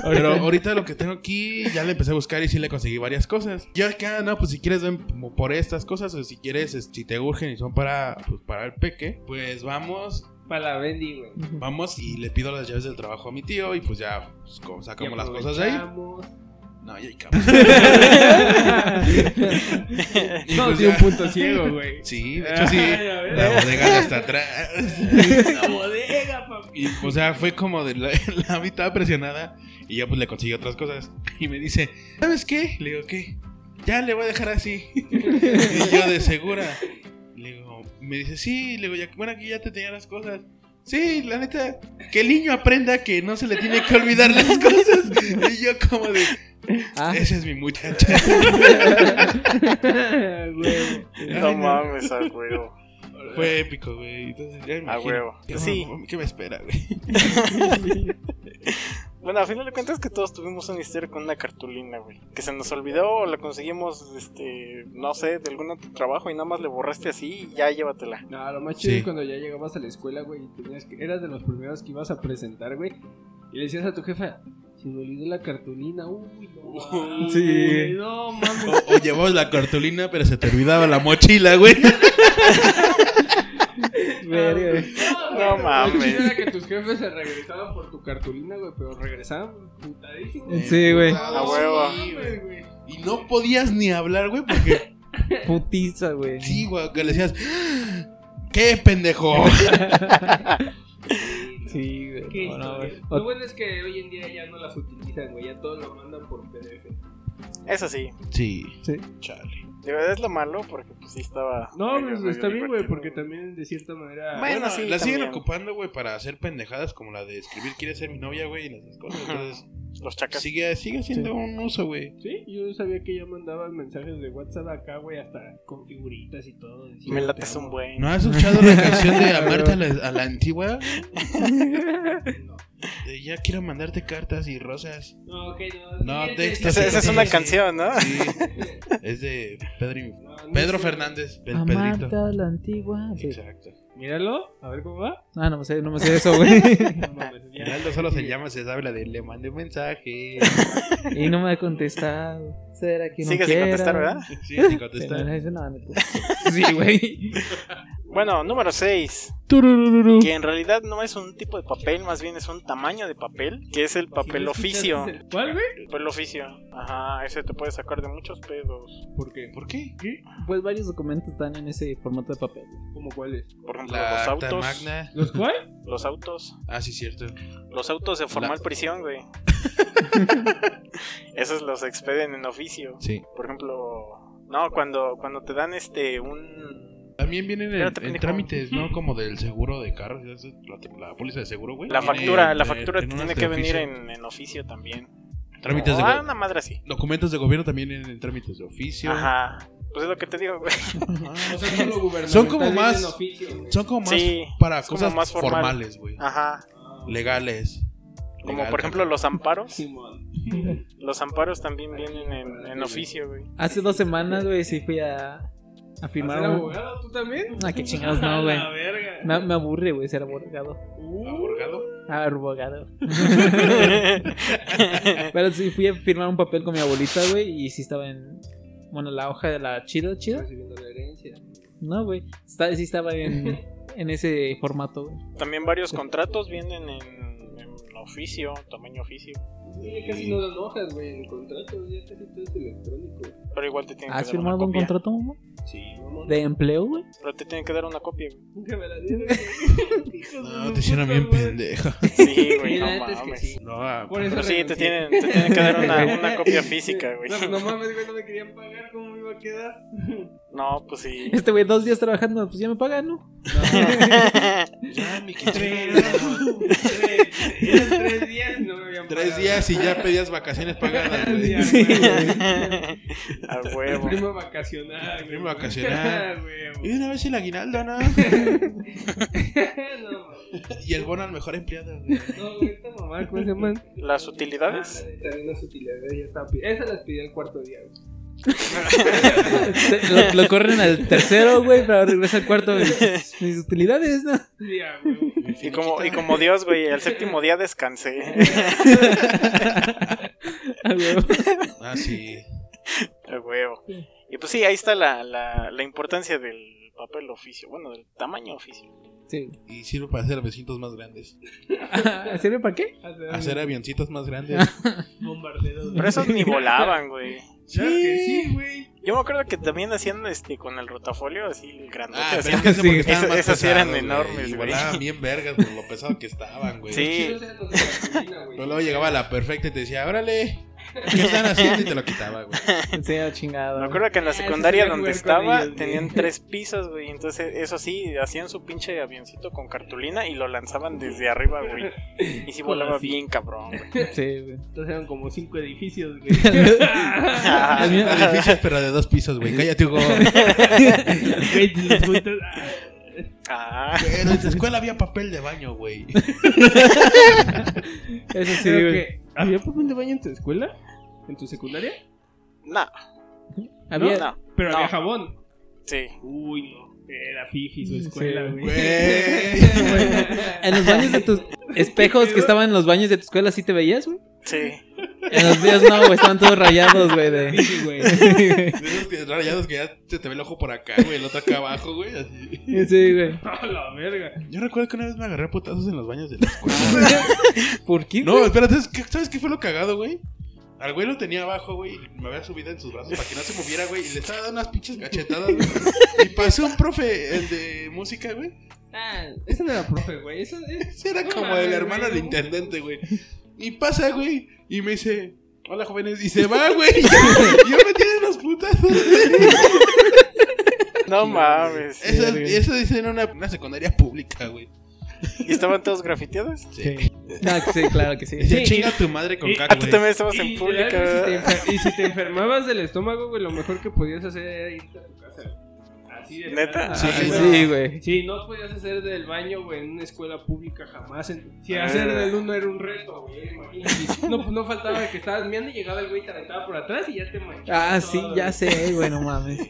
S3: Pero ahorita lo que tengo aquí, ya le empecé a buscar y sí le conseguí varias cosas. Yo acá, no, pues si quieres ven como por estas cosas o si quieres, es- si te urgen y son para, pues, para el peque, pues vamos,
S4: Para la Bendy, güey.
S3: vamos y le pido las llaves del trabajo a mi tío y pues ya pues, como sacamos las cosas de ahí. No, ya hay cabrón. Y
S4: No,
S3: pues
S4: dio un
S3: ya-
S4: punto ciego, güey.
S3: Sí, de hecho sí.
S4: Ay, a ver.
S3: La bodega hasta atrás.
S4: La bodega, papá.
S3: Y, o sea, fue como de la, la mitad presionada y ya pues le conseguí otras cosas. Y me dice, ¿sabes qué? Le digo, ¿qué? Ya le voy a dejar así. y yo de segura. Le digo, me dice, sí, le digo, ya, bueno, aquí ya te tenía las cosas. Sí, la neta, que el niño aprenda que no se le tiene que olvidar las cosas. Y yo como de,
S1: Ah,
S3: esa es mi muchacha.
S4: Güey.
S3: Ay,
S2: No
S3: no.
S2: mames, a huevo.
S3: Fue épico, güey. Entonces, ya me
S2: A
S3: imagino.
S2: huevo.
S3: ¿Qué-
S2: Sí.
S3: ¿Qué me espera, güey?
S2: Bueno, a final de cuentas que todos tuvimos un misterio con una cartulina, güey. Que se nos olvidó o la conseguimos, este, no sé, de algún otro trabajo y nada más le borraste así y ya llévatela.
S4: No, lo más chido
S3: Sí.
S4: es cuando ya llegabas a la escuela, güey, y tenías que, eras de los primeros que ibas a presentar, güey, y le decías a tu jefa, se me olvidó la cartulina, uy, no, mames,
S1: Sí.
S4: güey, no mames.
S3: O, o llevabas la cartulina, pero se te olvidaba la mochila, güey.
S1: verga.
S2: No
S4: güey,
S2: mames.
S4: Lo chido era que tus jefes se regresaban por tu cartulina, güey, pero regresaban putadísimos.
S1: Sí, güey.
S2: A huevo.
S4: Sí, güey, güey.
S3: Ah, Y no podías ni hablar, güey, porque
S1: Putiza, güey.
S3: sí, güey, que le decías, "Ah, ¡qué pendejo!
S1: Sí,
S4: Qué
S1: güey. No, no,
S4: historia.
S1: güey.
S4: Lo
S1: O-
S4: bueno es que hoy en día ya no las utilizan, güey, ya todos lo mandan por PDF.
S2: Eso sí.
S3: Sí.
S1: Sí.
S3: Chale.
S2: De verdad es lo malo porque pues sí estaba...
S4: No,
S2: medio-
S4: pues
S2: medio
S4: está bien, güey,
S2: divertido.
S4: porque también de cierta manera...
S2: Bueno,
S3: Bueno,
S2: sí,
S3: la siguen
S2: también.
S3: ocupando, güey, para hacer pendejadas como la de escribir quiere ser mi novia, güey, y esas cosas. Entonces,
S2: Los chacas.
S3: sigue, sigue haciendo un uso, güey.
S4: Sí, yo sabía que ya mandaban mensajes de WhatsApp acá, güey, hasta con figuritas y todo. decía,
S2: Me
S4: "Te
S2: lates
S4: amo".
S2: un buen.
S3: ¿No has escuchado la canción de Amarte a la, a la antigua? De ya quiero mandarte cartas y rosas.
S4: No, ok, no.
S3: No,
S4: siguiente,
S3: textos.
S2: Esa,
S4: siguiente.
S2: esa es una canción, ¿no?
S3: Sí. Es de Pedro, y-
S4: No, no sé.
S3: Pedro Fernández, el Pedrito.
S1: Amata la antigua. Sí.
S3: Exacto.
S4: Míralo, a ver cómo va.
S1: Ah, no me sé, no me sé eso, güey.
S4: No mames, ya.
S3: Ronaldo solo se llama, se sabe la de le mandé un mensaje.
S1: Y no me ha contestado. Será que no
S2: Sigue sin
S1: quiera?
S2: contestar, ¿verdad?
S3: Sí, sí
S1: Sí, no,
S3: contesta.
S1: no, eso no, no, tú. Sí, güey.
S2: Bueno, número 6. Que en realidad no es un tipo de papel, más bien es un tamaño de papel, que es el papel oficio.
S4: ¿Cuál, güey?
S2: Papel oficio. Ajá, ese te puede sacar de muchos pedos.
S4: ¿Por qué?
S3: ¿Por qué?
S1: Pues varios documentos están en ese formato de papel.
S4: ¿Cómo cuáles?
S2: Por ejemplo,
S3: La
S2: los
S3: acta
S2: autos.
S3: magna.
S4: ¿Los cuál?
S2: Los autos.
S3: Ah, sí, cierto.
S2: Los autos de formal
S3: La-
S2: prisión, güey. Esos los expeden en oficio.
S3: Sí.
S2: Por ejemplo, no, cuando, cuando te dan este un
S3: También vienen en,
S2: Espérate,
S3: en
S2: pendejo.
S3: trámites, ¿no? Como del seguro de carros, ya sabes, la, la póliza de seguro, güey.
S2: la
S3: Viene
S2: factura, la
S3: en-
S2: factura
S3: en
S2: te
S3: unas
S2: tiene
S3: de
S2: que venir
S3: oficio.
S2: en, en oficio también.
S3: trámites de
S2: Ah,
S3: go-
S2: una madre así.
S3: documentos de gobierno también en, en trámites de oficio.
S2: Ajá. Pues es lo que te digo, güey.
S3: Ajá.
S4: O sea, son lo gubernamental
S3: Son como
S4: viene
S3: más-
S4: en oficio, güey.
S3: Son como más
S2: Sí,
S3: para
S2: es como
S3: cosas
S2: más formal.
S3: formales, güey.
S2: Ajá.
S4: Ah,
S3: Legales.
S2: Como
S3: Legal,
S2: por ejemplo los amparos.
S4: Simón.
S2: Los amparos también vienen en, en oficio, güey.
S1: Hace dos semanas, güey, sí fui a, a
S4: ¿Vas
S1: firmar.
S4: a ser
S1: un-
S4: abogado tú también?
S1: Ah, qué chingados, no, güey.
S4: A la verga.
S1: Me, me aburre, güey, ser abogado.
S4: Uh,
S3: ¿Aborgado?
S1: Ah, abogado. Pero sí fui a firmar un papel con mi abuelita, güey, y sí estaba en. Bueno, la hoja de la chida, chida.
S4: recibiendo la herencia.
S1: No, güey. Está- Sí estaba en, en ese formato, güey.
S2: También varios contratos vienen en, en oficio, tamaño oficio.
S4: Sí, casi no dan hojas, güey, en contratos, ya casi todo es electrónico.
S2: Pero igual te tienen que
S1: ¿Has
S2: dar una
S1: firmado un
S2: copia.
S1: contrato, mamá?
S4: Sí, mamá.
S1: ¿De empleo, güey?
S2: Pero te tienen que dar una copia, güey.
S4: Nunca me la dieron.
S3: No, te hicieron bien pendejo.
S2: Sí, güey,
S4: Güey,
S2: no
S4: la neta es que
S2: mames.
S4: sí.
S3: No, ah,
S4: Por eso
S2: Pero sí, te
S4: renuncié.
S2: tienen, te tienen que dar una, una copia física, güey.
S4: No, no mames, güey, no me querían pagar, ¿cómo me iba a quedar?
S2: No, pues sí.
S1: Este güey, dos días trabajando, pues ya me pagan, ¿no?
S3: ya me quité.
S4: Tres, eran tres días, no me habían
S3: Tres
S4: pagado.
S3: días y ya pedías vacaciones pagadas.
S4: Tres
S3: güey.
S4: días, güey.
S2: A
S4: El
S2: huevo.
S4: primo vacacional.
S3: Primo vacacional.
S4: Ah, güey,
S3: Y de una vez el aguinaldo, ¿no?
S4: güey. No, mames.
S3: Y el bono al mejor empleado, güey.
S4: no, güey, esta mamá, ¿cómo se llama?
S2: Las
S4: Ah,
S2: utilidades.
S4: la neta, También las utilidades ya estaba pidiendo. Esas las pedí al cuarto día, güey.
S1: Te- Lo, lo corren al tercero, güey, para regresar al cuarto. güey. Mis utilidades, ¿no?
S4: Sí, ah, güey.
S2: Y como, y como Dios, güey, el séptimo día descansé.
S1: A huevo.
S3: Ah, sí.
S2: A huevo. Y pues sí, ahí está la, la, la importancia del papel oficio. Bueno, del tamaño oficio.
S1: Sí.
S3: Y sirve para hacer avioncitos más grandes.
S1: Ah, ¿Sirve para qué?
S4: Hacer
S3: Hacer avioncitos más grandes.
S4: bombarderos.
S2: Pero esos ni volaban, güey.
S4: Claro que sí, güey.
S2: Yo me acuerdo que también hacían este con el rotafolio así el grandote.
S3: Ah,
S2: así.
S3: pero es que ese porque
S2: Esas-
S3: estaban más
S2: esas sí eran
S3: pesados, güey,
S2: enormes,
S3: y
S2: güey.
S3: Volaban bien vergas por lo pesado que estaban, güey.
S2: Sí.
S4: Yo no sé, no sé, la cocina, güey.
S3: Pero luego llegaba la perfecta y te decía, órale, ¿qué están haciendo? Y te lo quitaba, güey.
S1: Sí, a chingada.
S2: Me acuerdo que en la
S4: Ah, eso
S2: secundaria
S4: sería
S2: donde
S4: jugar con
S2: estaba
S4: ellos, güey.
S2: tenían tres pisos, güey. Entonces, eso sí, hacían su pinche avioncito con cartulina y lo lanzaban desde arriba, güey. Y sí volaba
S4: Así.
S2: bien cabrón, güey.
S1: Sí, güey.
S4: Entonces eran como cinco edificios, güey.
S2: Ah,
S1: El mío-
S3: Edificios, pero de dos pisos, güey. Cállate, Hugo.
S4: Güey, los juntas. ah,
S2: ah,
S3: Pero en tu escuela había papel de baño, güey.
S1: Eso sí, güey.
S4: creo que- ¿Había papel de baño en tu escuela? ¿En tu secundaria?
S2: no,
S1: Había-
S2: no,
S4: Pero
S2: No.
S4: había jabón.
S2: sí.
S4: Uy, no. Era fifi su escuela,
S1: Sí,
S4: güey.
S1: En los baños de tus espejos que estaban en los baños de tu escuela, ¿sí te veías, güey?
S2: Sí,
S1: En los días no, güey, estaban todos rayados, güey. De...
S4: Fifi, güey.
S3: De esos que- rayados que ya se te ve el ojo por acá, güey, el otro acá abajo, güey. así.
S1: Sí, güey.
S4: A la verga.
S3: Yo recuerdo que una vez me agarré a putazos en los baños de la escuela.
S1: ¿Por qué?
S3: No, espérate, ¿sabes qué- ¿sabes qué fue lo cagado, güey? Al güey lo tenía abajo, güey, y me había subido en sus brazos para que no se moviera, güey, y le estaba dando unas pinches cachetadas, güey. Y pasó un profe, el de música, güey.
S4: Ah, esa no era profe, güey. Eso es.
S3: Ese era
S4: No
S3: como
S4: mames,
S3: el hermano
S4: güey.
S3: del intendente, güey. Y pasa, güey, y me dice, hola, jóvenes, y se va, güey. Y yo y yo me tiene los putazos.
S2: no mames.
S3: Eso, eso dice en una, una secundaria pública, güey.
S2: ¿Y estaban todos grafiteados?
S1: Ah, sí, claro que sí.
S3: Dice,
S4: Sí.
S3: chinga tu madre con
S4: Y-
S3: caca,
S2: Ah, tú
S3: güey.
S2: también estabas
S4: Y,
S2: en pública,
S4: era que si te
S2: ¿verdad?
S4: enfer- y si te enfermabas del estómago, güey, lo mejor que podías hacer era irte a tu casa. güey. Así de
S2: ¿Neta?
S4: plano.
S1: Sí,
S3: Ah,
S4: güey.
S1: sí, güey.
S4: Sí, no podías hacer del baño, güey, en una escuela pública jamás. En- Si
S2: Ah.
S4: hacer del uno era un reto, güey. imagínate. No, no faltaba que estabas mirando y llegaba el güey y te aventaba por atrás y ya te manchaba.
S1: Ah, sí, ya sé, güey, no mames.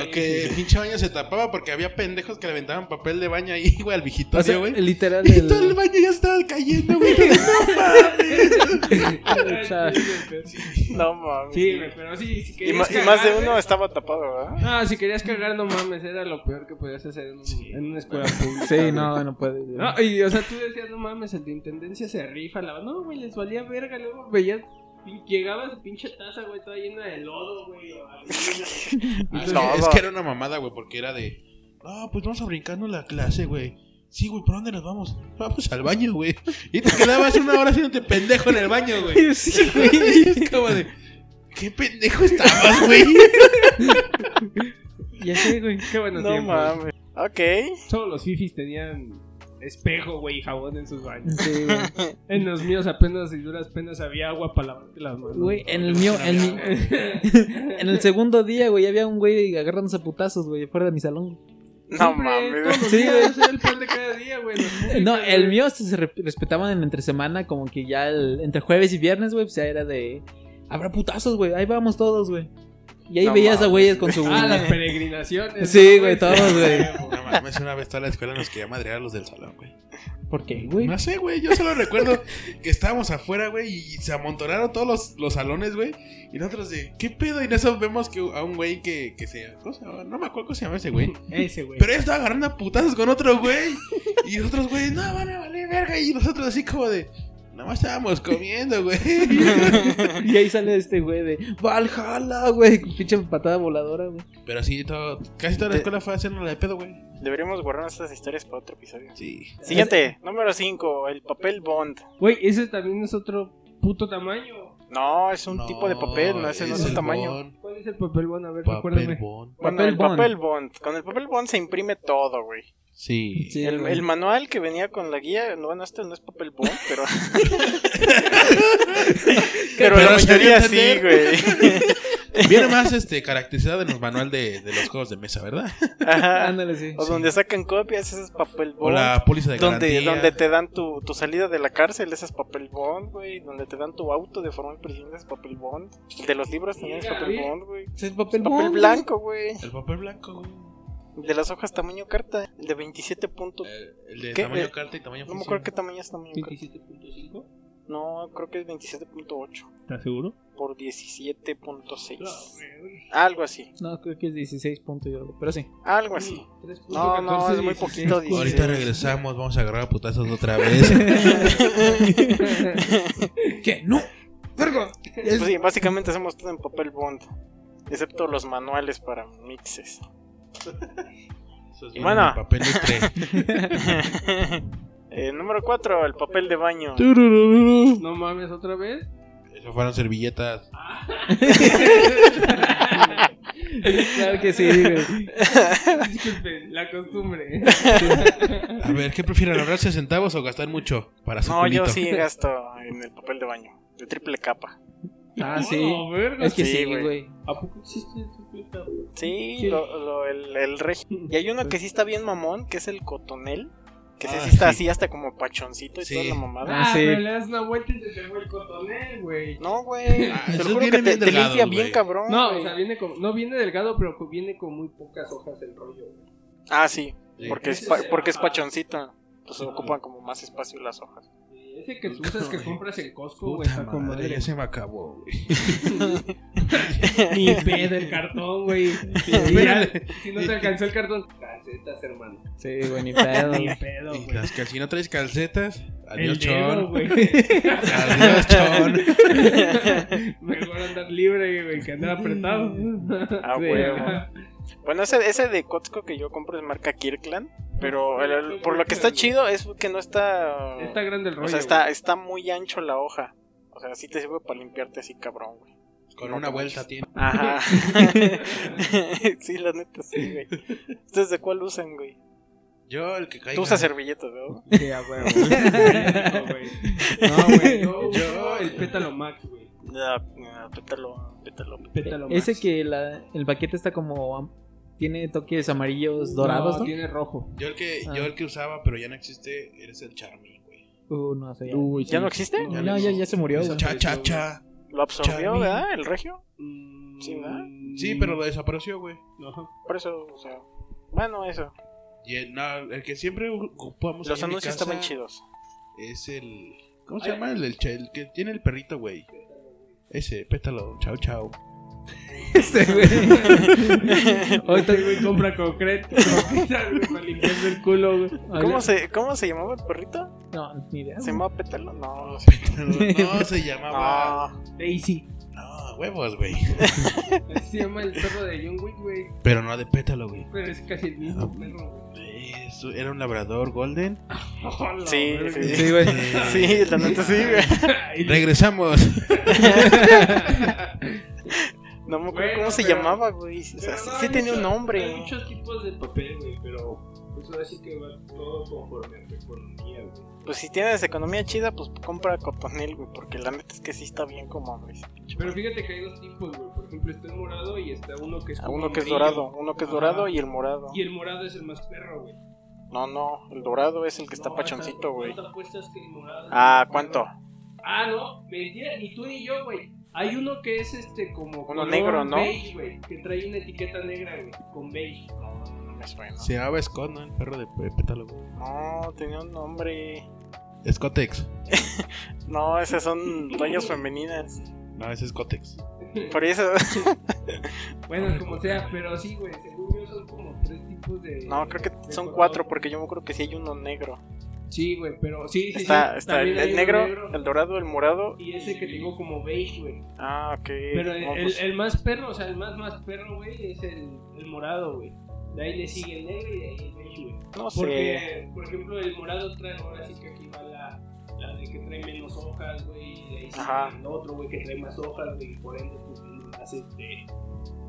S3: O que el pinche baño se tapaba porque había pendejos que le aventaban papel de baño ahí, güey, al
S1: O sea,
S3: vigitorio, güey.
S1: literal.
S3: Y todo el
S1: El...
S3: baño ya estaba cayendo, güey.
S1: Exacto.
S2: No mames.
S4: Sí, güey, ¿eh? pero sí, si
S2: y,
S4: querías
S2: ma- y
S4: cagar,
S2: más de uno
S4: güey-
S2: estaba tapado, ¿verdad?
S4: Ah, si querías cagar, no mames, era lo peor que podías hacer en, un- en una escuela pública.
S1: Sí,
S4: güey.
S1: no, no puede. güey.
S4: No, y o sea, tú decías, no mames, el de intendencia se rifa, la no, güey, les valía verga, luego veías, pin- llegaba su pinche taza, güey, toda llena de lodo, güey. o así,
S3: Ah,
S4: güey.
S3: sí,
S2: No,
S3: es
S2: no.
S3: que era una mamada, güey, porque era de. No, pues vamos a brincarnos la clase, güey. Sí, güey, ¿por dónde nos vamos? Vamos al baño, güey. Y te quedabas una hora haciéndote pendejo en el baño, güey.
S1: Sí, güey.
S3: Y es como de. ¿Qué pendejo estabas, güey?
S1: Ya sé, güey.
S4: Qué buenos
S2: No
S4: tiempos.
S2: mames. Ok.
S4: Solo los fifis tenían espejo, güey, y jabón en sus baños.
S1: Sí, güey.
S4: En los míos apenas y duras penas había agua para lavarte las manos.
S1: Güey, en el mío, en, mi- en el segundo día, güey, había un güey agarrándose a putazos, güey, afuera de mi salón.
S2: No
S4: Siempre,
S2: mames.
S4: todos los
S1: Sí,
S4: días,
S1: güey.
S4: ese era el pan de cada día, güey. los
S1: No,
S4: públicos,
S1: el
S4: güey.
S1: mío se, se re- respetaban en entre semana, como que ya el- entre jueves y viernes, güey, pues ya era de. Habrá putazos, güey, ahí vamos todos, güey. Y ahí
S2: No
S1: veías a
S2: mames.
S1: güeyes con su.
S4: Ah, las peregrinaciones.
S1: Sí,
S4: ¿no,
S1: güey, todos, güey.
S3: No mames, una vez toda la escuela nos quería madrear a los del salón, güey.
S1: ¿Por qué, güey?
S3: No sé, güey. Yo solo recuerdo que estábamos afuera, güey, y se amontonaron todos los, los salones, güey. Y nosotros de, ¿qué pedo? Y en eso vemos que a un güey que, que se. ¿cómo se llama? No me acuerdo cómo se llama ese güey.
S4: Ese, güey.
S3: Pero ella estaba agarrando a putazos con otro güey. Y los otros güeyes, no, van a valer verga. Y nosotros así como de, Nada más estábamos comiendo, güey.
S1: Y ahí sale este güey de Valhalla, güey. Pinche patada voladora, güey.
S3: Pero sí, todo, casi toda la escuela fue a hacernos de pedo, güey.
S2: Deberíamos guardar estas historias para otro episodio.
S3: Sí.
S2: Siguiente, número 5, el papel Bond.
S4: Güey, ese también es otro puto tamaño.
S2: No, es un tipo de papel, no es, no es
S3: el
S2: el tamaño.
S3: Bond,
S4: ¿Cuál es el papel bond? A ver,
S3: papel
S4: recuérdame.
S3: bond.
S2: Bueno,
S1: Papel
S2: el
S1: Bond.
S2: papel Bond. Con el papel Bond se imprime todo, güey.
S3: Sí.
S1: Sí,
S2: El,
S1: güey.
S2: el manual que venía con la guía, no, bueno, este no es papel bond, pero. pero la
S3: Pero se dio
S2: mayoría
S3: a
S2: sí, güey.
S3: Viene más este, caracterizado en el manual de, de los juegos de mesa, ¿verdad?
S2: Ajá.
S1: Ándale, sí.
S2: O donde sacan copias, ese es papel
S3: O
S2: bond.
S3: la póliza de
S2: Oh, Donde,
S3: garantía.
S2: donde te dan tu, tu salida de la cárcel, ese es papel bond, güey. Donde te dan tu auto de forma prisión, ese es papel bond. De los libros también es
S4: Mira,
S2: papel
S4: güey.
S2: bond, güey.
S1: Ese Es papel,
S2: Papel
S1: bond,
S2: blanco, güey.
S3: El papel blanco, güey.
S2: De las hojas tamaño carta. El de 27 puntos.
S3: Eh, El de
S2: ¿Qué?
S3: tamaño
S2: Eh,
S3: carta y tamaño
S2: No me
S3: físico.
S2: acuerdo qué tamaño es tamaño carta.
S4: 27.5.
S2: No, creo que es 27.8
S4: ¿Estás seguro?
S2: por 17.6. Algo así.
S1: No, creo que es 16 puntos y algo, pero sí.
S4: Pues
S2: Algo así. No, no, es muy poquito.
S3: Ahorita
S2: dice.
S3: regresamos, vamos a agarrar a putazos otra vez.
S1: ¿Qué? ¡No! ¡Verga!
S2: Pues sí, básicamente hacemos todo en papel bond. Excepto los manuales para mixes.
S3: Eso es
S2: Y
S3: bueno,
S2: bueno.
S3: el papel lustre.
S2: Eh, número 4, el papel de baño.
S4: No mames, otra vez.
S3: Eso fueron servilletas.
S1: Claro que sí, güey.
S4: Disculpen, la costumbre.
S3: A ver, ¿qué prefieren, ahorrarse centavos o gastar mucho para su
S2: No, yo
S3: culito?
S2: sí gasto en el papel de baño. De triple capa.
S1: Ah, sí.
S4: No, Oh, verga.
S1: Es que
S2: Sí,
S1: sí,
S2: güey.
S1: güey.
S4: ¿A poco existe ese puta?
S2: Sí,
S4: Sí.
S2: lo- lo- el, el regi- Y hay uno que sí está bien mamón, que es el cotonel. Que ese
S3: Pues Ah,
S2: sí está
S3: sí.
S2: así hasta como pachoncito y
S3: Sí.
S2: toda la mamada.
S1: Ah,
S4: Ah,
S1: sí.
S4: pero le das una vuelta y te pegó el cotonel, güey.
S2: No, güey.
S3: Ah,
S2: te
S3: esos
S2: lo juro que
S3: vienen
S2: te,
S3: bien
S2: te
S3: delgados,
S2: limpia bien
S3: güey.
S2: cabrón.
S4: No,
S2: güey.
S4: o sea, viene con, no viene delgado, pero co- viene con muy pocas hojas el rollo. güey.
S2: Ah, sí.
S3: Sí.
S2: Porque, es
S4: Ese
S2: pa-
S4: será-
S2: porque es pachoncito. Entonces ocupan como más espacio las hojas.
S4: Y Ese que tú usas que compras en Costco, güey,
S3: Puta
S4: está con
S3: madre,
S4: madre.
S3: ya se me acabó, güey.
S4: Ni pedo el cartón, güey. Y ya, Si no te alcanzó el cartón, calcetas, hermano.
S1: Sí, güey, ni pedo.
S4: Ni
S1: güey.
S4: pedo,
S3: Y
S4: güey.
S3: las cal- si no traes calcetas,
S4: El
S3: adiós,
S4: dedo,
S3: chon.
S4: güey.
S3: Adiós, chon.
S4: Mejor andar libre, güey, que andar apretado.
S2: Ah,
S1: Sí,
S2: huevo. Bueno, ese, ese de Costco que yo compro es marca Kirkland. Pero el- el- por lo que está chido es que no está.
S4: Está grande el rollo.
S2: o sea, está, está muy ancho la hoja. O sea, sí te sirve para limpiarte así, cabrón, güey.
S3: Con una vuelta tiene.
S2: Ajá. sí, la neta, sí, güey. ¿Ustedes de cuál usan, güey?
S3: Yo, el que caiga.
S2: Tú usas servilletas, ¿no?
S4: güey. Sí, a huevo. No, güey. No, güey. Yo,
S3: Yo-
S4: el pétalo max, güey.
S2: Ya, ya, pétalo, pétalo.
S4: Pétalo max.
S1: Ese que la, el paquete está como. am- Tiene toques amarillos dorados,
S4: No,
S1: ¿no?
S4: tiene rojo.
S3: Yo el que,
S1: Ah.
S3: yo el que usaba, pero ya no existe, eres el Charmy, güey.
S1: Uh, no sé. Ya.
S2: ¿Ya no existe?
S1: No, ya, ya se murió, güey.
S3: Cha, cha, cha.
S2: Lo absorbió,
S3: Charmin.
S2: ¿verdad? El regio.
S4: Mm,
S2: Sí, ¿verdad?
S3: Sí, pero lo desapareció, güey.
S4: Ajá.
S2: Por eso, o sea. Bueno, eso.
S3: Y el, no, el que siempre ocupamos
S2: Los
S3: ahí en mi
S2: anuncios
S3: casa
S2: estaban chidos.
S3: Es el. ¿Cómo se llama? El, del cha- el que tiene el perrito, güey. Ese, pétalo, chao, chao.
S1: Este, güey. Ahorita-
S4: Este güey compra concreto. güey, Para limpiarse el culo, güey.
S2: ¿Cómo se, ¿Cómo se llamaba el perrito?
S1: No, ni idea.
S2: ¿Se llamaba Pétalo? No, no sé.
S3: No, se llamaba.
S2: No.
S4: Daisy.
S3: No, huevos, güey.
S4: Así se llama el perro de John Wick, güey.
S3: Pero no de pétalo, güey.
S4: Pero es casi el mismo perro.
S3: Eso, era un labrador golden.
S4: Hola,
S2: Sí,
S4: Oh, verga.
S2: sí.
S1: Sí, güey.
S3: Eh,
S2: Sí, la neta sí, güey.
S4: Ay,
S3: Regresamos.
S2: No me acuerdo
S4: Bueno,
S2: cómo se
S4: pero-
S2: llamaba, güey. O sea,
S4: pero
S2: sí,
S4: no,
S2: sí
S4: hay
S2: tenía un
S4: muchos-
S2: nombre.
S4: Hay muchos tipos de papel, güey, pero pues ahora sí que va todo conforme a tu economía, güey.
S2: Pues si tienes economía chida, pues compra cotonel, güey. Porque la neta es que sí está bien como, güey.
S4: Pero fíjate que hay dos tipos, güey. Por ejemplo, está el morado y está uno que es
S2: Ah,
S4: como
S2: Uno que es
S4: amarillo.
S2: dorado, uno que es dorado
S4: Ajá.
S2: y el morado.
S4: Y el morado es el más perro, güey.
S2: No, no, el dorado es el que está
S4: No,
S2: pachoncito,
S4: hasta-
S2: güey.
S4: ¿cuánto apuestas que el morado es
S2: Ah,
S4: el más
S2: ¿cuánto?
S4: perro? Ah, no, mentira, ni tú ni yo, güey. Hay uno que es este como. color
S2: negro, ¿no?
S4: Beige, güey. Que trae una etiqueta negra, güey. Con beige.
S2: No me suena.
S3: Se llamaba Scott, ¿no? El perro de pe- pétalo, güey.
S2: No, tenía un nombre.
S3: Scottex.
S2: No, esas son dueñas femeninas.
S3: No, ese es Scottex.
S2: Por eso.
S4: Bueno, como sea, pero sí, güey. Según yo son como tres tipos de.
S2: No, creo que
S4: de
S2: son
S4: color.
S2: cuatro, porque yo me acuerdo que sí hay uno negro.
S4: Sí, güey, pero sí, sí, sí,
S2: Está, está el,
S4: también hay
S2: el
S4: uno
S2: negro, el dorado, el morado.
S4: y ese que te digo como beige, güey.
S2: Ah, ok.
S4: Pero el,
S2: No,
S4: el-
S2: pues,
S4: el más perro, o sea, el más más perro, güey, es el, el morado, güey. De ahí le sigue el negro y de ahí el beige, güey.
S2: no sé.
S4: Porque, por ejemplo, el morado trae, ahora sí que aquí va la, la de que trae menos hojas, güey, y de ahí sigue
S2: Ajá.
S4: el otro, güey, que trae más hojas, güey, y por ende, pues, más este,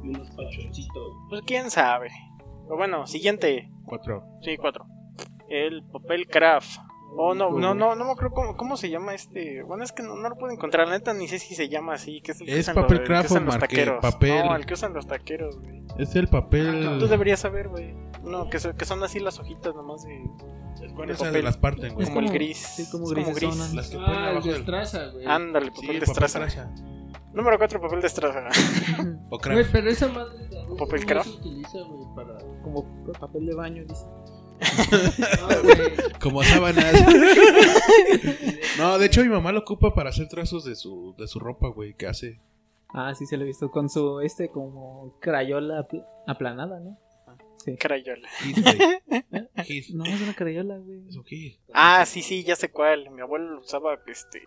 S4: menos pachoncito.
S2: Pues quién sabe. Pero bueno, siguiente.
S3: Cuatro.
S2: Sí, cuatro. El papel craft. Oh, no, no, no, no me acuerdo cómo, cómo se llama este. Bueno, es que no, no lo puedo encontrar, la neta, ni sé si se llama así. Que es el que
S3: ¿Es
S2: usan
S3: papel
S2: los, el que
S3: craft
S2: usan
S3: o
S2: los
S3: marqué?
S2: taqueros.
S3: Papel. Ah.
S2: No, el que usan los taqueros, güey.
S3: Es el
S2: Ah, Tú
S3: papel.
S2: deberías saber, güey. No, que, so- que son así las hojitas nomás de. de
S3: Esas de
S2: papel.
S3: las parten, güey.
S1: Es
S2: como el
S1: como-
S2: gris.
S1: sí, como
S2: es como
S1: grisesona.
S2: gris.
S3: Las que ponen
S4: Ah, el
S3: abajo del.
S4: destraza, güey.
S2: Ándale,
S3: Sí,
S2: papel
S3: el
S2: de
S3: papel
S2: estraza.
S3: traza.
S2: Número 4, papel de estraza.
S3: O
S4: Güey,
S3: craft.
S4: pero esa madre de adulto
S2: Papel
S4: no
S2: craft.
S4: se utiliza, güey, para...
S1: Como papel de baño, dice.
S4: No, güey.
S3: Como sábanas. no, de hecho mi mamá lo ocupa para hacer trazos de su, de su ropa, güey, que hace.
S1: Ah, sí, se lo he visto. Con su, este, como crayola apl- aplanada, ¿no? Sí.
S2: Crayola.
S3: Gis, güey. Gis.
S1: No, es una crayola, güey.
S3: Eso, gis.
S2: Ah, sí, sí, ya sé cuál. Mi abuelo lo usaba, este.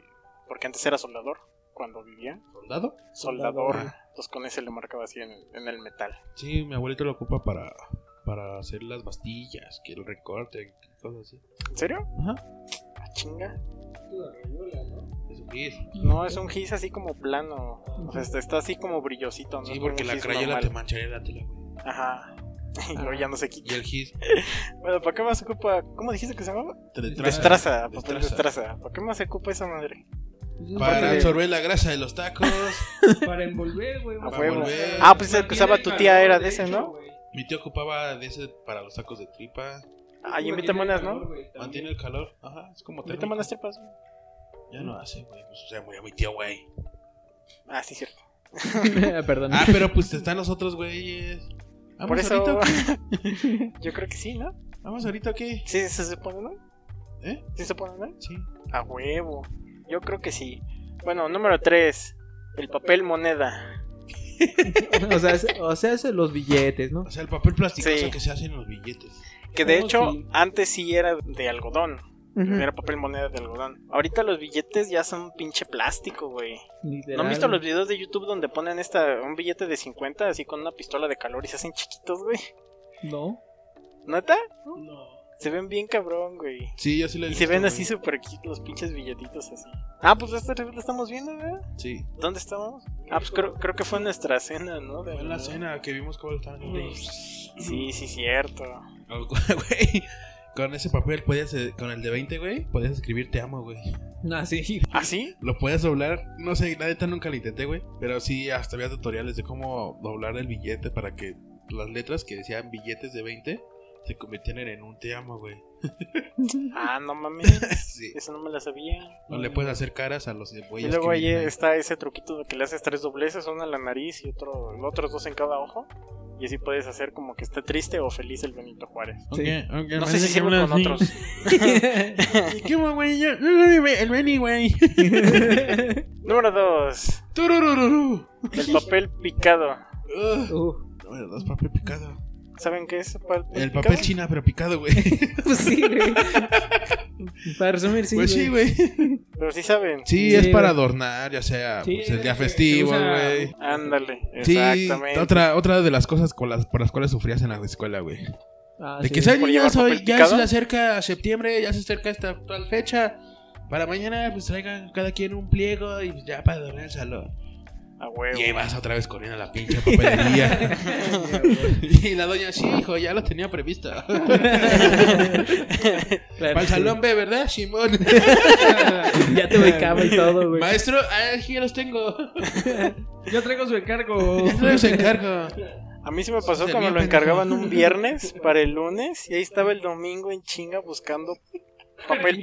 S2: Porque antes era soldador. Cuando vivía,
S3: ¿Soldado?
S2: soldador.
S3: Soldador.
S2: Entonces con ese le marcaba así en el, en el metal.
S3: Sí, mi abuelito lo ocupa para, para hacer las bastillas, que el recorte, cosas así.
S2: ¿En serio?
S3: Ajá.
S2: Ah, chinga.
S3: Eso, gis.
S2: No, es un gis así como plano. O sea, está, está así como brillosito, ¿no?
S3: Sí,
S2: Es
S3: porque
S2: como un
S3: la
S2: gis
S3: crayola
S2: normal.
S3: te mancharía la tela, güey.
S2: Ajá. Y luego
S1: Ajá.
S2: ya no se
S3: Y
S2: quita.
S3: el gis
S2: Bueno, ¿para qué más se ocupa? ¿Cómo dijiste que se llamaba?
S3: te destraza.
S2: Destraza, papel
S3: Destraza.
S2: destraza. ¿Para qué más se ocupa esa madre?
S3: Para
S2: de-
S3: absorber la grasa de los tacos.
S4: Para envolver, güey.
S2: A
S4: para
S2: huevo.
S4: envolver.
S2: Ah, pues el que
S4: Mantiene
S2: usaba
S4: el
S2: tu tía era de
S4: hecho,
S2: ese, ¿no? Ah,
S4: güey.
S3: mi tío ocupaba de ese para los tacos de tripa.
S2: Ay,
S4: Mantiene
S2: invita monas,
S4: el calor,
S2: ¿no?
S4: güey, también.
S3: Mantiene el calor. Ajá, es como
S2: Invita
S3: térmico.
S2: monas tripas.
S3: Ya no hace, güey. Pues, o sea, murió mi tío, güey.
S2: Ah, sí, cierto.
S1: Perdón.
S3: Ah, pero pues están los otros güeyes. Vamos
S2: Por eso.
S3: ahorita, o qué?
S2: Yo creo que sí, ¿no?
S3: Vamos ahorita, o ¿qué?
S2: Sí, se supone, ¿no?
S3: ¿Eh?
S2: Sí, se supone, ¿no?
S3: Sí.
S2: A huevo. Yo creo que sí. Bueno, número 3. El papel moneda.
S1: o sea, es- o sea, es los billetes, ¿no?
S3: O sea, el papel plasticoso
S2: Sí.
S3: que se hace en los billetes.
S2: Que de
S4: Oh,
S2: hecho,
S4: sí.
S2: antes sí era de algodón. Era papel moneda de algodón. Ahorita los billetes ya son pinche plástico, güey.
S1: Literal.
S2: ¿No han visto los videos de YouTube donde ponen esta un billete de 50 así con una pistola de calor y se hacen chiquitos, güey?
S1: No.
S2: ¿Neta?
S4: No.
S2: Se ven bien cabrón, güey.
S3: Sí, yo sí lo he
S2: Y se
S3: visto,
S2: ven
S3: güey.
S2: así super cute los pinches billetitos así. Ah, pues esta lo estamos viendo, ¿verdad?
S3: Sí.
S2: ¿Dónde estamos? Ah, pues creo, creo que fue en nuestra cena, ¿no? De
S3: Fue en la
S2: Navidad.
S3: cena que vimos cómo estaban. Güey,
S2: Sí, sí, cierto.
S3: con ese papel podías, eh, con el de 20, güey, podías escribir te amo, güey.
S1: Ah, sí.
S2: ¿Ah, sí?
S3: Lo puedes doblar, no sé, la neta nunca lo intenté, güey. Pero sí, hasta había tutoriales de cómo doblar el billete para que las letras que decían billetes de 20 se convirtieran en un te amo, güey.
S2: Ah, no mames.
S3: Sí.
S2: Eso no me la sabía.
S3: No le puedes hacer caras a los güeyes.
S2: Y luego
S3: que
S2: ahí e,
S3: vienen
S2: está ese truquito de que le haces tres dobleces, uno en la nariz y otro, otros dos en cada ojo. Y así puedes hacer como que esté triste o feliz el Benito Juárez.
S3: Ok,
S1: Sí.
S3: ok,
S2: este, No sé
S3: parece
S2: si
S3: que
S2: sirve
S3: hablas
S2: con
S3: así.
S2: otros.
S3: ¿Y ¿Qué más, güey? Yo- El Benny, güey.
S2: Número 2.
S3: Tururururu.
S2: El papel picado.
S3: Ugh.
S1: Uh,
S3: Número dos, papel picado.
S2: ¿Saben qué es papel
S3: El
S2: picado?
S3: papel china, pero picado, güey.
S1: pues sí, güey. Para resumir, sí.
S3: pues sí,
S1: güey.
S3: güey.
S2: Pero sí saben.
S3: Sí,
S1: Sí,
S3: es para
S1: güey.
S3: adornar, ya sea
S4: Sí,
S3: pues, el día
S4: es que se
S3: festivo,
S4: usa-
S3: güey.
S2: Ándale,
S3: Sí,
S2: exactamente.
S3: otra, otra de las cosas con las, por las cuales sufrías en la escuela, güey.
S1: Ah,
S3: de
S1: sí.
S3: que, ¿saben?
S2: ¿Por
S3: Ya,
S2: llevar
S3: soy-
S2: papel
S3: ya
S2: picado?
S3: se acerca septiembre, ya se acerca esta tal fecha. Para mañana, pues traigan cada quien un pliego y ya para adornar el salón.
S2: A huevo.
S3: Y ahí vas otra vez corriendo a la pinche papelería. y la doña, sí, hijo, ya lo tenía previsto.
S1: Claro,
S3: Para el
S1: sí.
S3: salón B, ¿verdad, Simón?
S1: Ya te ubicaba y todo, güey.
S3: Maestro, ah, aquí ya los tengo.
S4: Yo traigo su encargo.
S3: Yo los encargo.
S2: A mí se me pasó
S3: Se
S2: que me
S3: vio
S2: lo
S3: pendejo.
S2: encargaban un viernes para el lunes y ahí estaba el domingo en chinga buscando papel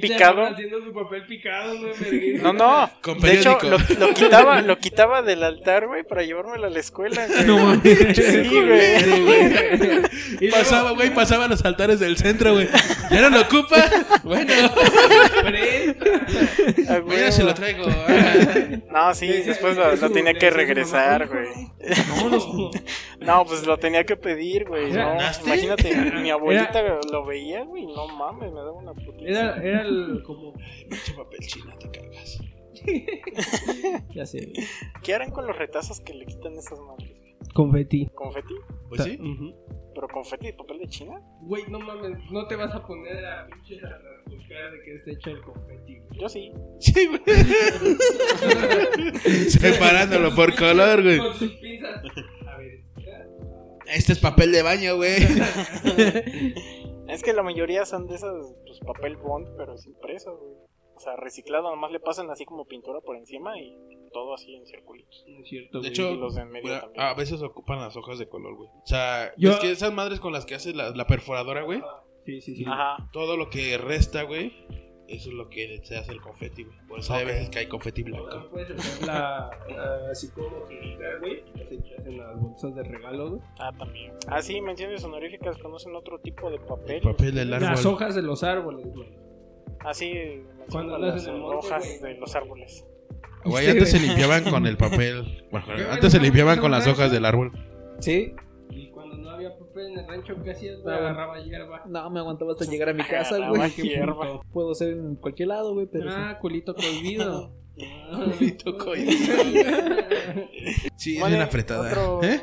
S4: Pinche
S2: picado.
S4: Ramón Haciendo su papel picado, güey, verguísima.
S2: No, no.
S3: Con
S2: De hecho, lo,
S3: periódico.
S2: lo quitaba, lo quitaba del altar, güey, para llevármelo a la escuela. güey.
S1: No mames.
S2: Sí, güey.
S4: Y luego-
S3: Pasaba, güey, pasaba los altares del centro, güey. ¿Ya no lo ocupa? Bueno,
S2: Ah,
S3: mañana
S2: güey.
S3: se lo traigo. Ah.
S2: No, sí, después lo, lo tenía que regresar, güey. No, pues lo tenía que pedir, güey. No,
S3: ¿Ganaste?
S2: imagínate, mi abuelita lo veía, güey. No mames, me daba una putiza.
S4: Era, era el, como.
S3: Pinche papel chino, te cagas.
S1: Ya sé.
S2: ¿Qué harán con los retazos que le quitan esas madres?
S4: Confeti.
S2: ¿Confeti?
S3: Pues sí.
S2: ¿Pero confeti de papel de China?
S4: Güey, no mames, no te vas a poner a pinche a buscar de que esté hecho el confeti. güey.
S2: Yo sí.
S3: Sí, güey. Separándolo por color, güey.
S4: Con sus pinzas. A ver.
S3: Este es papel de baño, güey.
S2: Es que la mayoría son de esas, pues papel bond, pero es impreso, güey. O sea, reciclado, nomás le pasan así como pintura por encima y todo así en circulitos.
S4: No es cierto,
S3: De
S4: güey.
S3: hecho,
S2: Y los de en medio
S3: Güey,
S2: también.
S3: a veces ocupan las hojas de color, güey. O sea,
S4: Yo-
S3: es que esas madres con las que haces la, la perforadora, güey.
S4: Sí, sí, sí.
S2: Ajá.
S3: Todo lo que resta, güey. Eso es lo que se hace el confeti, güey. Por eso hay veces que hay confeti blanco.
S4: Puedes hacer la. ah, Así como quinita, güey. Las echas en las bolsas de regalo, güey.
S2: Ah, también. Ah, sí, menciones honoríficas conocen otro tipo de
S3: El
S2: papel.
S3: papel del
S4: Las
S3: árbol.
S4: hojas de los árboles, güey.
S2: Así
S4: Cuando
S2: mencionan las
S4: las del monte,
S2: hojas
S4: güey.
S2: de los árboles.
S3: Güey,
S1: Sí,
S3: antes se
S1: güey.
S3: limpiaban con el papel. Bueno,
S4: Pero
S3: antes se
S4: bueno,
S3: limpiaban
S4: no
S3: con las
S4: manches.
S3: hojas del árbol.
S1: Sí,
S4: Y cuando no había papel en el rancho, ¿qué hacías? güey?
S1: Ah, bueno.
S4: agarraba hierba.
S1: no me aguantaba hasta llegar a
S2: Ah,
S1: mi casa,
S2: Agarraba
S1: güey.
S2: hierba.
S1: Puedo ser en cualquier lado, güey, pero sí.
S4: Ah, culito prohibido.
S3: Culito cohibido. Sí, es
S2: Vale,
S3: una fretada.
S2: otro-
S3: ¿Eh?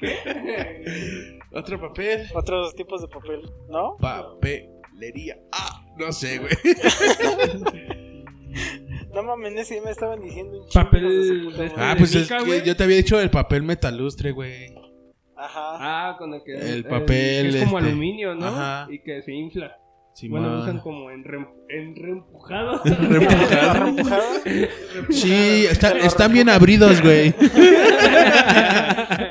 S2: eh,
S3: Otro papel.
S2: Otros tipos de papel, ¿no?
S3: Papelería. Ah, no sé, güey.
S2: No mames, ese día me estaban diciendo un chingo hijos de su
S4: Papel.
S2: puta
S4: de este,
S2: madre.
S3: Ah,
S4: de
S3: pues es
S4: mica,
S3: que
S4: güey.
S3: yo te había dicho el papel metalustre, güey.
S2: Ajá.
S4: Ah, con el que.
S3: El papel,
S4: que es como
S3: este.
S4: aluminio, ¿no?
S3: Ajá.
S4: Y que se infla.
S3: Simón.
S4: bueno, lo usan como en, re, en reempujado.
S3: Reempujado.
S2: Empujado.
S3: Sí, está- están bien abridos, güey.
S4: Ah,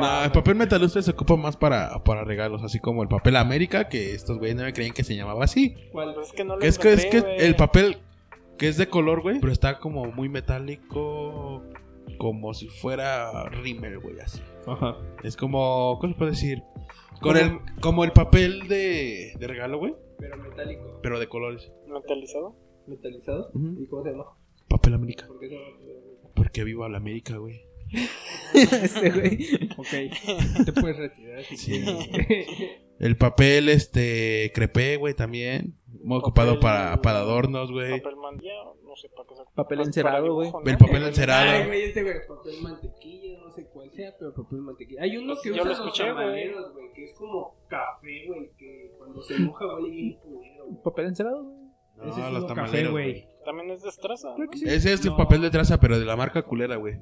S3: No, el papel metalustre se ocupa más para, para regalos, así como el papel América, que estos güeyes no me creían que se llamaba así.
S4: ¿Cuál?
S2: Pues es que no lo
S3: Que es que, es
S2: encontré,
S3: que
S2: güey.
S3: el papel que es de color, güey, pero está como muy metálico, como si fuera rímel, güey, así.
S4: Ajá.
S3: Es como, ¿cómo se puede decir? Con el, como el papel de, de regalo, güey,
S4: Pero metálico.
S3: pero de colores.
S2: Metalizado.
S4: ¿Metalizado?
S3: Ujú.
S4: ¿Y cómo se llama?
S3: Papel América.
S4: ¿Por qué se llama?
S3: Porque viva la América, güey.
S1: Este, güey.
S4: Ok. eh, Te puedes retirar. si
S3: Sí.
S4: quieres.
S3: El papel, este, crepé, güey, también. Muy ocupado para, para adornos, güey.
S2: Papel mandado, no sé para qué se ocupa.
S1: Papel
S2: Para
S1: encerado,
S2: dibujo,
S1: güey.
S2: ¿no?
S3: El papel encerado.
S4: Ay, güey, este güey, papel mantequilla, no sé cuál sea, pero papel mantequilla. Hay uno que
S2: Yo
S4: usan
S2: lo ¿eh?
S4: los
S2: escuché, güey.
S4: tamaleros, güey, que es como café, güey, que cuando se moja huele bien culero, güey.
S1: Papel encerado, güey.
S3: No,
S4: Ese es
S3: los
S4: uno
S3: tamaleros,
S4: café,
S3: güey.
S4: güey.
S2: También es destraza. ¿no?
S3: Ese es
S4: No.
S3: el papel de traza, pero de la marca culera, güey.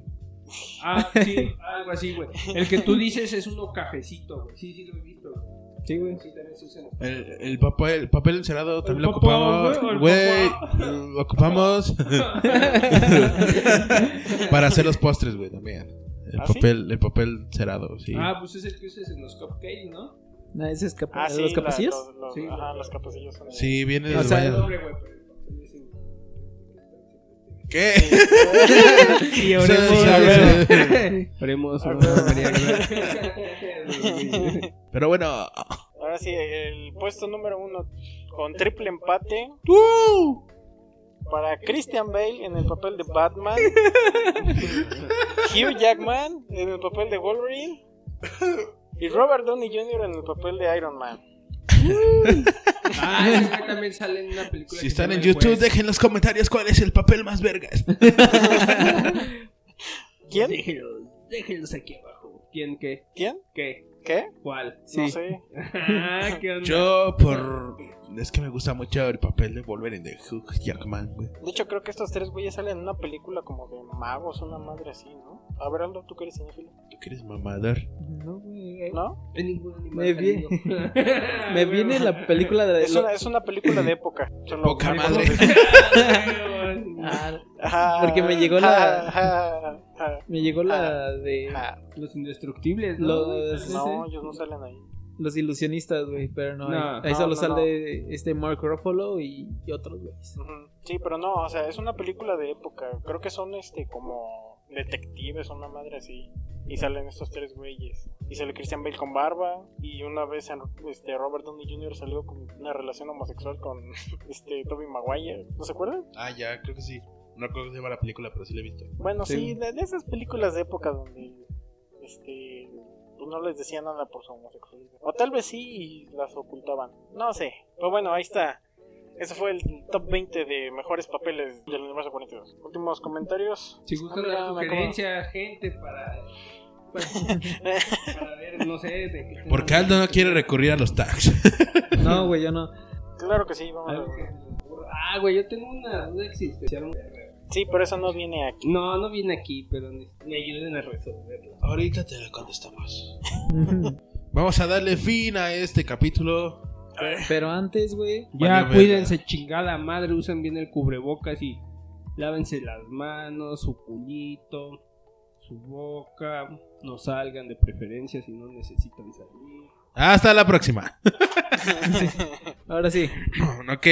S4: Ah, sí, algo así, güey. El que tú dices es uno cafecito, güey. Sí, sí, lo he visto. güey.
S1: Sí, güey.
S4: Sí, también se usa.
S3: El, el papel, el papel encerado también lo
S4: papá,
S3: ocupamos,
S4: güey, el
S3: güey.
S4: papá.
S3: eh, Lo ocupamos para hacer los postres, güey, también. El
S2: ¿Ah, sí?
S3: papel, el papel cerado, sí.
S4: Ah, pues es el que usas en los cupcakes, ¿no?
S1: No, ese es capa-
S2: Ah, sí,
S1: ¿Los
S2: la-
S1: capacillos?
S2: los- los-
S4: Sí.
S2: Ajá, los capacillos son.
S3: sí, viene
S1: O
S3: del
S1: sea,
S4: El
S3: baño.
S4: doble, güey, pero el papel es en-
S3: ¿Qué?
S4: Y
S3: Sí, sí, sí.
S4: Oremos,
S2: Ah,
S4: oremos,
S2: güey.
S4: María. gracias.
S3: Pero bueno,
S2: Ahora sí, el puesto número uno con triple empate
S3: ¡uh!
S2: para Christian Bale en el papel de Batman, Hugh Jackman en el papel de Wolverine y Robert Downey Jr. en el papel de Iron Man.
S4: Ah, ese güey también sale en una película. que
S3: si
S4: se
S3: están
S4: llama
S3: en
S4: El
S3: YouTube,
S4: Juez.
S3: dejen en los comentarios cuál es el papel más vergas.
S2: ¿Quién?
S4: Déjenlos, déjenlos aquí abajo. ¿Quién qué?
S2: ¿Quién?
S4: ¿Qué?
S2: ¿Qué?
S4: ¿Cuál?
S2: No sé.
S4: Ah, ¿qué onda?
S3: Yo por es que me gusta mucho el papel de Wolverine de Hugh Jackman, güey.
S2: De hecho, creo que estos tres güeyes salen en una película como de magos, una madre así, ¿no? A ver, Aldo, tú que eres cinéfilo,
S3: ¿Tú quieres mamador?
S1: No, güey.
S2: ¿no?
S4: En ningún animal
S1: Me vi-
S4: salido. Ah,
S1: Me
S4: güey,
S1: viene la película de...
S2: Es una, es una película de época. Son los
S3: Poca
S2: magos
S3: madre.
S2: de-
S4: güey.
S1: Ah,
S2: Ajá,
S1: Porque me llegó la-
S2: ajá, ajá,
S1: me llegó
S2: ah,
S1: la de...
S2: ajá.
S4: Los indestructibles, ¿no?
S1: Los,
S2: No, ellos no salen ahí.
S1: los ilusionistas, güey, pero no.
S4: No,
S1: ahí ahí
S2: no,
S1: solo
S2: no,
S1: sale este Mark Ruffalo y, y otros güeyes.
S2: Ujú. Sí, pero no, o sea, es una película de época. Creo que son este como detectives o una madre así. Y salen estos tres güeyes. Y sale Christian Bale con barba. Y una vez en- este, Robert Downey Jr. salió con una relación homosexual con este Toby Maguire. ¿No se acuerdan?
S3: Ah, ya, creo que sí. No creo que se llama la película, pero sí la he visto.
S2: Bueno, sí,
S1: Sí.
S2: de, de esas películas de época donde este pues no les decía nada por su homosexualidad. O tal vez sí y las ocultaban. No sé. Pero bueno, ahí está. Ese fue el top 20 de mejores papeles del universo 42. Últimos comentarios.
S4: Si gustan
S2: Ah, mira,
S4: dar
S2: me acabo-
S4: sugerencia a gente para. para- para ver, no sé. De qué
S3: Porque Aldo no quiere recurrir a los tags.
S1: No, güey, yo no.
S2: Claro que sí, vamos a
S4: Algo que se les ocurra. Ah, güey, yo tengo una duda existencial.
S2: Sí, pero eso no viene aquí.
S4: No, no viene aquí, pero me me ayuden a resolverla.
S3: Ahorita te la contestamos. Vamos a darle fin a este capítulo.
S1: Pero antes, güey.
S4: Ya
S3: Vale,
S4: cuídense, chingada madre, usen bien el cubrebocas y lávense las manos, su culito, su boca, no salgan de preferencia si no necesitan salir.
S3: Hasta la próxima.
S1: Ahora sí.
S3: ok.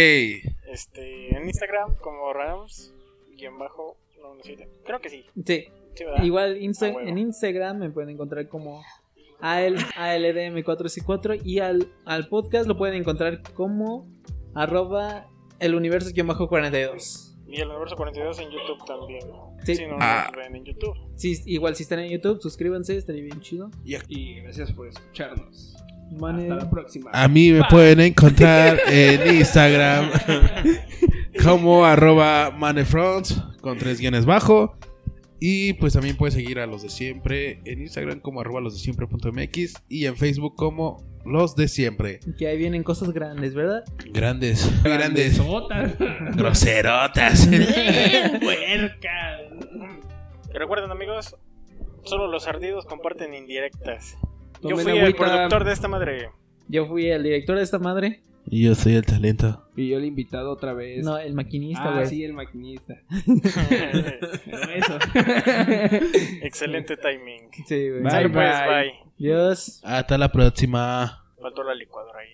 S2: Este, en Instagram como Rams y en bajo 97. Creo que sí.
S1: Sí.
S2: Sí, ¿verdad?
S1: Igual Insta-
S2: Ah, huevo.
S1: en Instagram me pueden encontrar como AL, ALDM464 y al, al podcast lo pueden encontrar como arroba el universo-42.
S2: Y el universo 42 en YouTube también.
S1: Sí.
S2: Si no,
S3: Ah.
S2: nos ven en YouTube.
S1: Sí, igual si están en YouTube, suscríbanse, estaría bien chido.
S4: Y gracias por escucharnos.
S1: Van
S4: Hasta
S1: a-
S4: la próxima.
S3: A mí me pueden encontrar en Instagram como arroba manefronts con tres guiones bajo. Y pues también puedes seguir a los de siempre en Instagram como arroba los de siempre punto MX y en Facebook como los de siempre.
S1: Que ahí vienen cosas grandes, ¿verdad?
S3: Grandes. Grandes.
S4: Sotas.
S3: Groserotas.
S4: Puercas.
S2: Y recuerden, amigos, solo los ardidos comparten indirectas. Yo
S4: Tomen
S2: fui el
S4: agüita.
S2: productor de esta madre.
S1: Yo fui el director de esta madre.
S3: Y yo soy el talento.
S4: Y yo el invitado otra vez.
S1: No, el maquinista,
S4: ah,
S1: güey.
S4: sí, el maquinista. Pero eso.
S2: Excelente timing.
S1: Sí, güey.
S4: Bye,
S2: Sale, pues,
S4: bye.
S2: bye.
S1: Adiós.
S3: Hasta la próxima.
S2: Faltó la licuadora ahí.